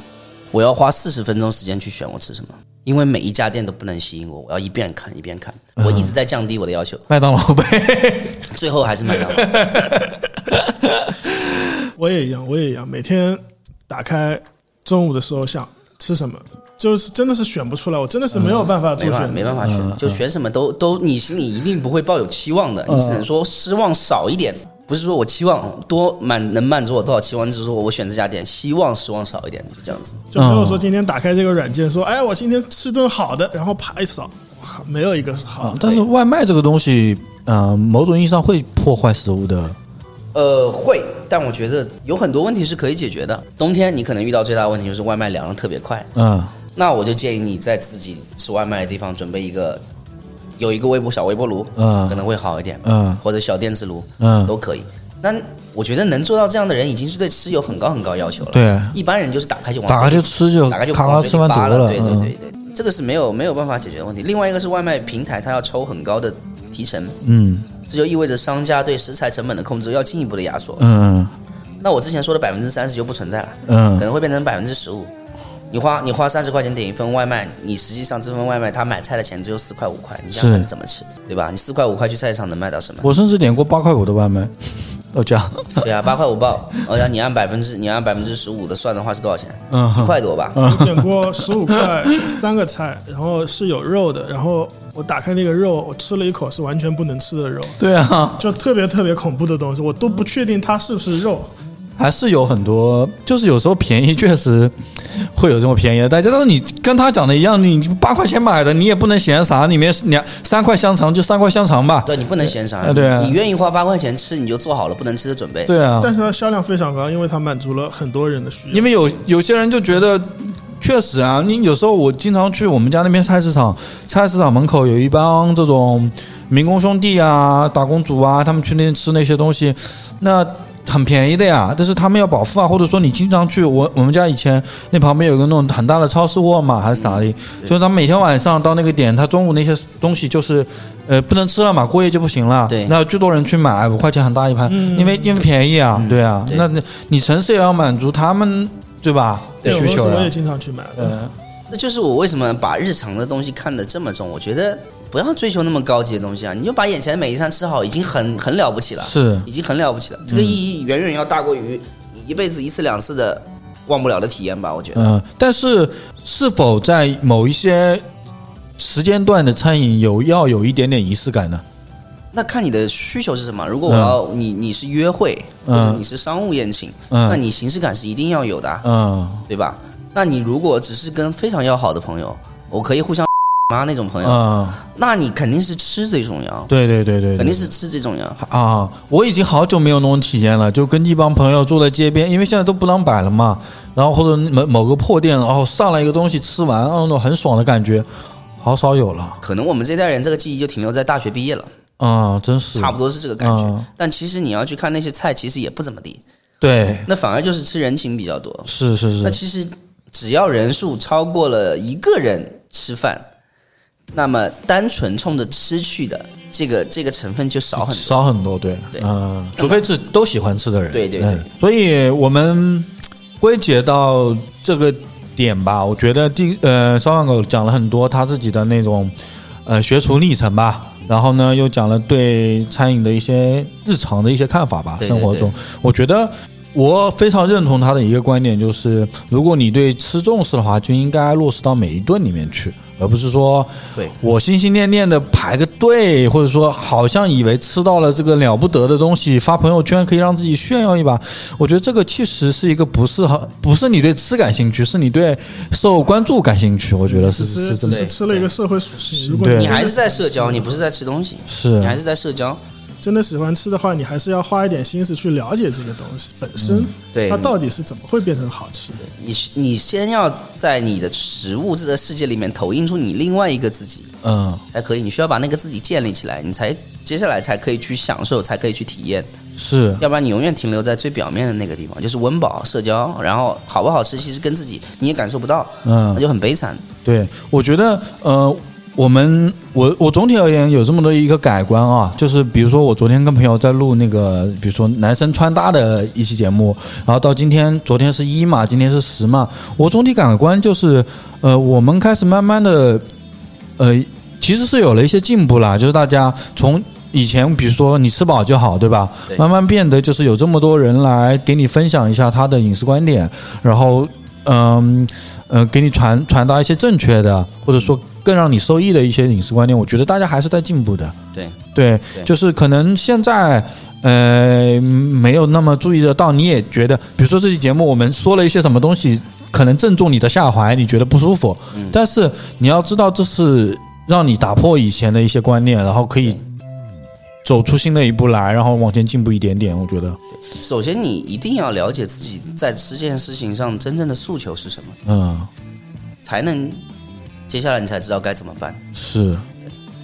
Speaker 3: 我要花四十分钟时间去选我吃什么，因为每一家店都不能吸引我，我要一遍看一遍看。
Speaker 2: 嗯
Speaker 3: 我一直在降低我的要求，
Speaker 1: 麦当劳呗，
Speaker 3: 最后还是麦 当劳。
Speaker 2: 我也一样，我也一样，每天打开中午的时候想吃什么，就是真的是选不出来，我真的是没有办法做
Speaker 3: 嗯没
Speaker 2: 选
Speaker 3: 办法，
Speaker 2: 择，嗯
Speaker 3: 没办法选，就选什么都都，你心里一定不会抱有期
Speaker 2: 嗯
Speaker 3: 望的，你只能说失望少一点。不是说我期望多满能满足我多少期望，你只是说我选这家店，希望失望少一点，就这样子。
Speaker 2: 就没有说今天打开这个软件说，哎，我今天吃顿好的，然后啪一扫，我靠，没有一个是好
Speaker 1: 啊
Speaker 2: 的。
Speaker 1: 但是外卖这个东西，呃，某种意义上会破坏食物的。
Speaker 3: 呃，会，但我觉得有很多问题是可以解决的。冬天你可能遇到最大的问题就是外卖凉的特别快，
Speaker 1: 嗯
Speaker 3: 那我就建议你在自己吃外卖的地方准备一个，有一个微波小微波炉，
Speaker 1: 嗯
Speaker 3: 可能会好一点，
Speaker 1: 嗯
Speaker 3: 或者小电磁炉，
Speaker 1: 嗯
Speaker 3: 都可以。那我觉得能做到这样的人，已经是对吃有很高很高要求了。
Speaker 1: 对
Speaker 3: 一般人就是打开就往
Speaker 1: 打开
Speaker 3: 嘴
Speaker 1: 就
Speaker 3: 里
Speaker 1: 吃就
Speaker 3: 打开就
Speaker 1: 咔咔
Speaker 3: 往嘴里
Speaker 1: 吃完
Speaker 3: 扒
Speaker 1: 得了
Speaker 3: 对对
Speaker 1: 嗯
Speaker 3: 对对，这个是没有没有办法解决的问题。另外一个是外卖平台，它要抽很高的提成，
Speaker 1: 嗯
Speaker 3: 这就意味着商家对食材成本的控制要进一步的压缩。
Speaker 1: 嗯
Speaker 3: 那我之前说的百分之三十就不存在了，可
Speaker 1: 嗯
Speaker 3: 能会变成百分之十五。你花你花三十块钱点一份外卖，你实际上这份外卖他买菜的钱只有四块五块，你想
Speaker 1: 是
Speaker 3: 想怎么吃，对吧？你四块五块去菜市场能买到什么？
Speaker 1: 我甚至点过八块五的外卖，到家。
Speaker 3: 对啊，八块五报，而且你按百分之你按百分之十五的算的话是多少钱？一
Speaker 1: 嗯
Speaker 3: 块多吧？
Speaker 2: 我点过十五块三个菜，然后是有肉的，然后我打开那个肉，我吃了一口是完全不能吃的肉，
Speaker 1: 对啊，
Speaker 2: 就特别特别恐怖的东西，我都不确定它是不是肉。
Speaker 1: 还是有很多，就是有时候便宜确实会有这种便宜的代价。但是你跟他讲的一样，你八块钱买的，你也不能嫌啥，里面两三块香肠就三块香肠吧。
Speaker 3: 对你不能嫌啥，
Speaker 1: 啊对啊
Speaker 3: 你愿意花八块钱吃，你就做好了不能吃的准备。
Speaker 1: 对啊，
Speaker 2: 但是它销量非常高，因为它满足了很多人的需要
Speaker 1: 因。为有有些人就觉得，确实啊，你有时候我经常去我们家那边菜市场，菜市场门口有一帮这种民工兄弟啊、打工族啊，他们去那边吃那些东西，那很便宜的呀。但是他们要饱腹啊，或者说你经常去我我们家以前那旁边有个那种很大的超市沃尔玛还是啥
Speaker 3: 嗯
Speaker 1: 的，就是他们每天晚上到那个点，他中午那些东西就是。呃，不能吃了嘛，过夜就不行了。
Speaker 3: 对
Speaker 1: 那最多人去买五块钱很大一盘，因为因为便宜啊，对啊。
Speaker 3: 嗯对
Speaker 1: 那那你城市也要满足他们对吧？
Speaker 2: 这
Speaker 1: 的
Speaker 2: 种
Speaker 1: 需
Speaker 2: 东西
Speaker 1: 求啊
Speaker 2: 我也
Speaker 1: 了。
Speaker 2: 经常去买的，
Speaker 1: 嗯
Speaker 3: 这就是我为什么把日常的东西看得这么重。我觉得不要追求那么高级的东西啊，你就把眼前的每一餐吃好，已经很很了不起了，
Speaker 1: 是
Speaker 3: 已经很了不起了。
Speaker 1: 嗯
Speaker 3: 这个意义远远要大过于你一辈子一次两次的忘不了的体验吧。我觉得，
Speaker 1: 嗯，但是是否在某一些时间段的餐饮有要有一点点仪式感呢？
Speaker 3: 那看你的需求是什么。如果我要、你你是约会，或
Speaker 1: 嗯
Speaker 3: 者你是商务宴请，
Speaker 1: 嗯
Speaker 3: 那你形式感是一定要有的啊、
Speaker 1: 嗯
Speaker 3: 对吧？那你如果只是跟非常要好的朋友，我可以互相 妈那种朋友，
Speaker 1: 嗯，
Speaker 3: 那你肯定是吃最重要，
Speaker 1: 对对对对，对
Speaker 3: 肯定是吃最重要。
Speaker 1: 啊！我已经好久没有那种体验了，就跟一帮朋友坐在街边，因为现在都不让摆了嘛，然后或者某某个破店，然后上来一个东西吃完，哦，那种很爽的感觉，好少有了。
Speaker 3: 可能我们这代人这个记忆就停留在大学毕业了，
Speaker 1: 啊、真是
Speaker 3: 差不多是这个感觉。
Speaker 1: 嗯
Speaker 3: 但其实你要去看那些菜，其实也不怎么地。
Speaker 1: 对，
Speaker 3: 那反而就是吃人情比较多。
Speaker 1: 是是是，
Speaker 3: 那其实只要人数超过了一个人吃饭，那么单纯冲着吃去的这个这个成分就少很多。
Speaker 1: 少很多，对，
Speaker 3: 对
Speaker 1: 嗯，除非是都喜欢吃的人，
Speaker 3: 对对
Speaker 1: 嗯所以我们归结到这个点吧，我觉得第呃，烧饭狗讲了很多他自己的那种呃学厨历程吧，然后呢又讲了对餐饮的一些日常的一些看法吧，
Speaker 3: 对对
Speaker 1: 生活中，我觉得。我非常认同他的一个观点，就是如果你对吃重视的话，就应该落实到每一顿里面去，而不是说
Speaker 3: 对
Speaker 1: 我心心念念的排个队，或者说好像以为吃到了这个了不得的东西，发朋友圈可以让自己炫耀一把。我觉得这个其实是一个不是很不是你对吃感兴趣，是你对受关注感兴趣。我觉得是
Speaker 2: 只
Speaker 1: 是
Speaker 2: 是
Speaker 1: 这
Speaker 2: 只
Speaker 1: 么
Speaker 2: 是吃了一个社会属性。如果
Speaker 1: 对
Speaker 3: 你还是在社交，你不是在吃东西，
Speaker 1: 是
Speaker 3: 你还是在社交。
Speaker 2: 真的喜欢吃的话，你还是要花一点心思去了解这个东西本
Speaker 1: 嗯
Speaker 2: 身，
Speaker 3: 对
Speaker 2: 它到底是怎么会变成好吃的？
Speaker 3: 你你先要在你的食物这个世界里面投映出你另外一个自己，
Speaker 1: 嗯
Speaker 3: 才可以。你需要把那个自己建立起来，你才接下来才可以去享受，才可以去体验。
Speaker 1: 是
Speaker 3: 要不然你永远停留在最表面的那个地方，就是温饱、社交，然后好不好吃，其实跟自己你也感受不到，
Speaker 1: 嗯
Speaker 3: 那就很悲惨。
Speaker 1: 对，我觉得呃，我们我我总体而言有这么多一个改观啊，就是比如说我昨天跟朋友在录那个，比如说男生穿搭的一期节目，然后到今天，昨天是一嘛，今天是十嘛，我总体感官就是呃，我们开始慢慢的呃，其实是有了一些进步啦，就是大家从。以前比如说你吃饱就好，对吧？
Speaker 3: 对
Speaker 1: 慢慢变得就是有这么多人来给你分享一下他的饮食观点，然后嗯呃，给你传传达一些正确的，或者说更让你受益的一些饮食观念，我觉得大家还是在进步的。
Speaker 3: 对，
Speaker 1: 对，
Speaker 3: 对
Speaker 1: 就是可能现在呃没有那么注意得到，你也觉得，比如说这期节目我们说了一些什么东西，可能正中你的下怀，你觉得不舒服，
Speaker 3: 嗯
Speaker 1: 但是你要知道这是让你打破以前的一些观念，然后可以走出新的一步来，然后往前进步一点点，我觉得，
Speaker 3: 首先你一定要了解自己在吃这件事情上真正的诉求是什么，
Speaker 1: 嗯，
Speaker 3: 才能接下来你才知道该怎么办。
Speaker 1: 是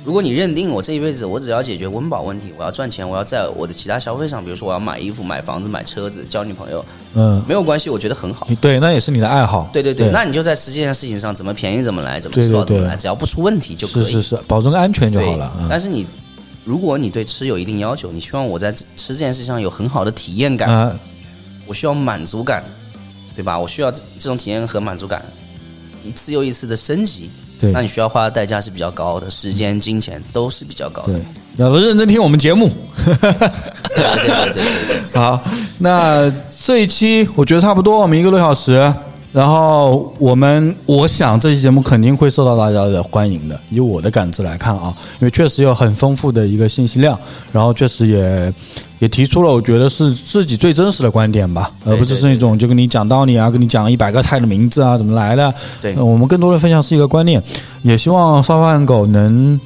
Speaker 3: 如果你认定我这一辈子我只要解决温饱问题，我要赚钱，我要在我的其他消费上，比如说我要买衣服、买房子、买车子、交女朋友，
Speaker 1: 嗯。
Speaker 3: 没有关系，我觉得很好。
Speaker 1: 对，那也是你的爱好。
Speaker 3: 对对对，
Speaker 1: 嗯对，
Speaker 3: 那你就在吃这件事情上，怎么便宜怎么来，怎么
Speaker 1: 对
Speaker 3: 吃
Speaker 1: 对
Speaker 3: 饱怎么
Speaker 1: 对
Speaker 3: 来，只要不出问题就可
Speaker 1: 是
Speaker 3: 以。
Speaker 1: 是是，保证安全就
Speaker 3: 对，
Speaker 1: 好了。嗯
Speaker 3: 但是你，如果你对吃有一定要求，你希望我在吃这件事上有很好的体验感，
Speaker 1: 啊，
Speaker 3: 我需要满足感，对吧？我需要这这种体验和满足感，一次又一次的升级。
Speaker 1: 对
Speaker 3: 那你需要花的代价是比较高的，时间、金钱都是比较高的。
Speaker 1: 对，要认真听我们节目。
Speaker 3: 对对对对对对
Speaker 1: 好，那这一期我觉得差不多，我们一个多小时。然后我们，我想这期节目肯定会受到大家的欢迎的。以我的感知来看啊，因为确实有很丰富的一个信息量，然后确实也也提出了我觉得是自己最真实的观点吧，而不是那种就跟你讲道理啊，跟你讲一百个菜的名字啊，怎么来的。
Speaker 3: 对
Speaker 1: 呃我们更多的分享是一个观念，也希望烧饭狗能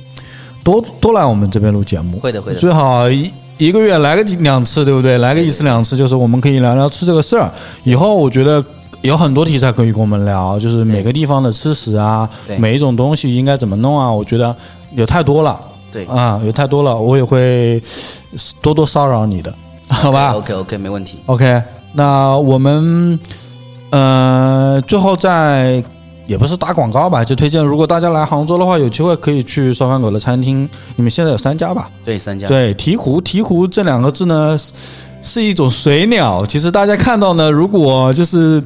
Speaker 1: 多多来我们这边录节目，
Speaker 3: 会的会的
Speaker 1: 最好一一个月来个几两次，对不对？来个一次两次，就是我们可以聊聊吃这个事儿。以后我觉得有很多题材可以跟我们聊，就是每个地方的吃食啊，
Speaker 3: 对
Speaker 1: 每一种东西应该怎么弄啊，我觉得有太多了。
Speaker 3: 对
Speaker 1: 啊、有太多了，我也会多多骚扰你的，好吧
Speaker 3: OK OK，没问题。
Speaker 1: OK，那我们呃最后再也不是打广告吧，就推荐如果大家来杭州的话，有机会可以去烧饭狗的餐厅。你们现在有三家吧？
Speaker 3: 对，三家。
Speaker 1: 对，鹈鹕，鹈鹕这两个字呢是是一种水鸟。其实大家看到呢，如果就是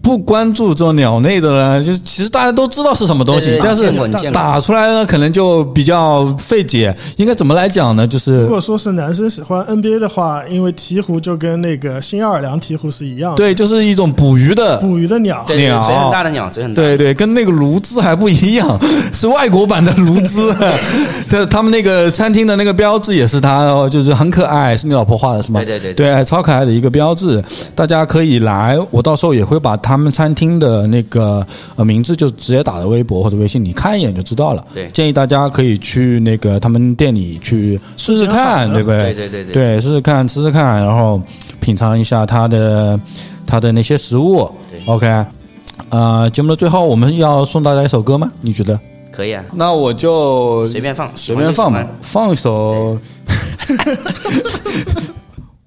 Speaker 1: 不关注这种鸟类的呢，就是其实大家都知道是什么东西，
Speaker 3: 对对
Speaker 1: 但
Speaker 3: 见过你
Speaker 1: 是
Speaker 3: 见过
Speaker 1: 打出来呢，可能就比较费解。应该怎么来讲呢？就是
Speaker 2: 如果说是男生喜欢 NBA 的话，因为鹈鹕就跟那个新奥尔良鹈鹕是一样的，
Speaker 1: 对，就是一种捕鱼的
Speaker 2: 捕鱼的鸟。
Speaker 3: 对对对，
Speaker 1: 鸟
Speaker 3: 嘴很大的鸟，嘴很大。
Speaker 1: 对对，跟那个卢兹还不一样， 是外国版的卢 兹。他他们那个餐厅的那个标志也是它哦，就是很可爱，是你老婆画的是吗？
Speaker 3: 对对对
Speaker 1: 对哎超可爱的一个标志。大家可以来，我到时候也会把他们餐厅的那个呃名字就直接打在微博或者微信，你看一眼就知道了。
Speaker 3: 对
Speaker 1: 建议大家可以去那个他们店里去试试看，对不对？
Speaker 3: 对对对对
Speaker 1: 对，试试看，吃吃看，然后品尝一下它的它的那些食物。OK，呃，节目的最后我们要送大家一首歌吗？你觉得？
Speaker 3: 可以啊，
Speaker 1: 那我就
Speaker 3: 随便放，
Speaker 1: 随便放
Speaker 3: 喜
Speaker 1: 吧
Speaker 3: 欢就喜欢。，
Speaker 1: 放一首。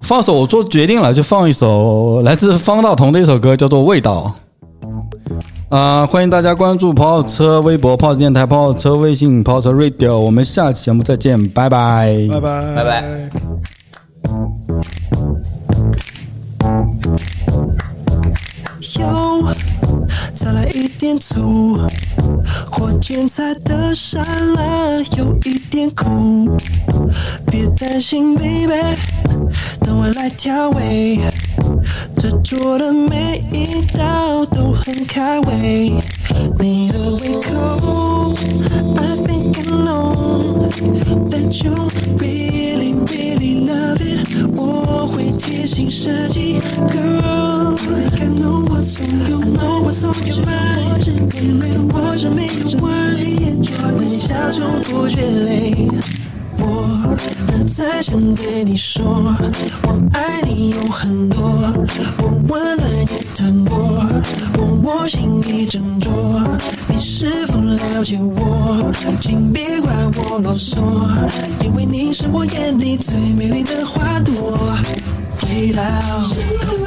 Speaker 1: 放首我做决定了，就放一首来自方大同的一首歌，叫做《味道》。啊、欢迎大家关注跑车微博、跑车电台、跑车微信、跑车 Radio，我们下期节目再见，拜拜
Speaker 2: 拜拜
Speaker 3: 拜拜。
Speaker 5: 哟，再来一点醋，火箭菜的沙拉有一点苦，别担心，baby，等我来调味。这桌的每一道都很开胃，你的胃口，I think I know that you really really love it。我会贴心设计，girl。I know what's on your mind，know what's on your mind。我只没有 wine，为你笑中不觉累。我能再想对你说，我爱你有很多，我温暖也疼过，我我心里斟酌，你是否了解我？请别怪我啰嗦，因为你是我眼里最美丽的花朵。味道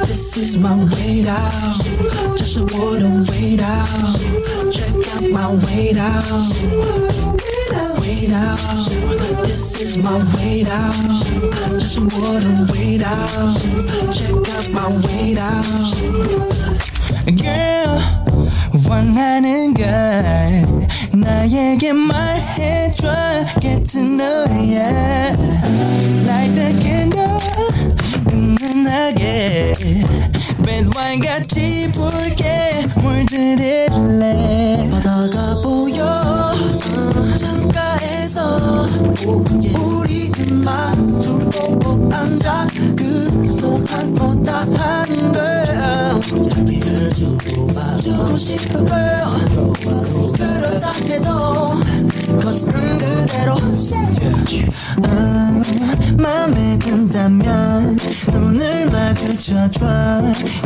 Speaker 5: ，This is my 味道，这是我的味道，Check out my 味道，味道，This is my 味道，这是我的味道，Check out my 味道。
Speaker 6: girl 원하는 걸 나에게 말해줘 같은 너야 Light the candle 은은하게 Red wine 같이 붉게 물들일래 바다가 보여 창가에서 우리는 마주 보고 앉아 그동안 보다 한 girl 이를 주고 싶은 girl 그러자 해도 거치는 그대로 아, 맘에 든다면 눈을 마주쳐줘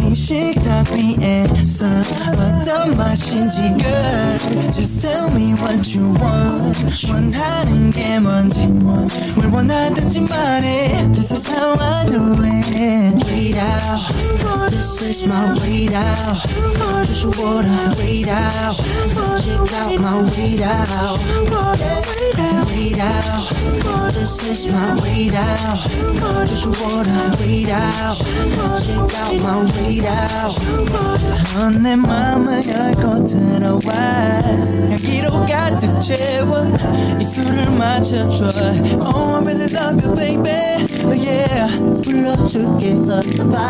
Speaker 6: 이 식탁 위에서 어떤 맛인지 girl Just tell me what you want 원하는 게 뭔지 뭘 원하든지 말해 This is how I do it
Speaker 5: Wait out, this is my wait out. This is what I wait out. Check out my wait out. Wait out, this is my wait out. This is what I wait out. Check out my wait out.
Speaker 6: 넌내 맘을 열고 들어와 향기로 가득 채워 입술을 맞춰줘 Oh I really love you baby oh, yeah
Speaker 5: 불러줄게 어떤 말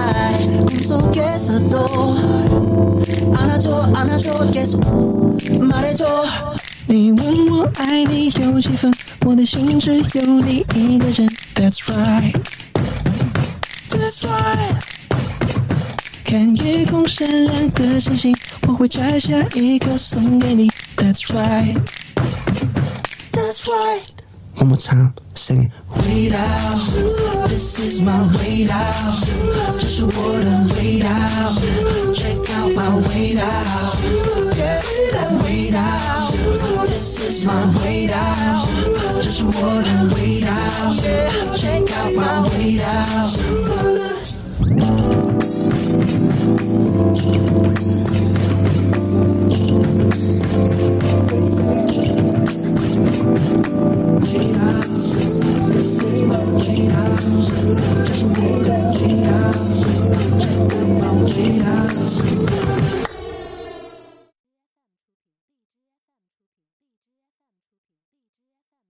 Speaker 5: 꿈속에서도 안아줘 안아줘 계속 말해줘
Speaker 6: 네
Speaker 5: 你问我爱你有几分？我的心只有你一个人。That's right, that's right。看夜空闪亮的星星，我会摘下一颗送给你。That's right, that's right。
Speaker 6: One more time sing it
Speaker 5: Wait out, this is my wait out. Just a water wait out. Check out my wait out. Wait out, this is my wait out. Just a water wait out. Check out my wait out.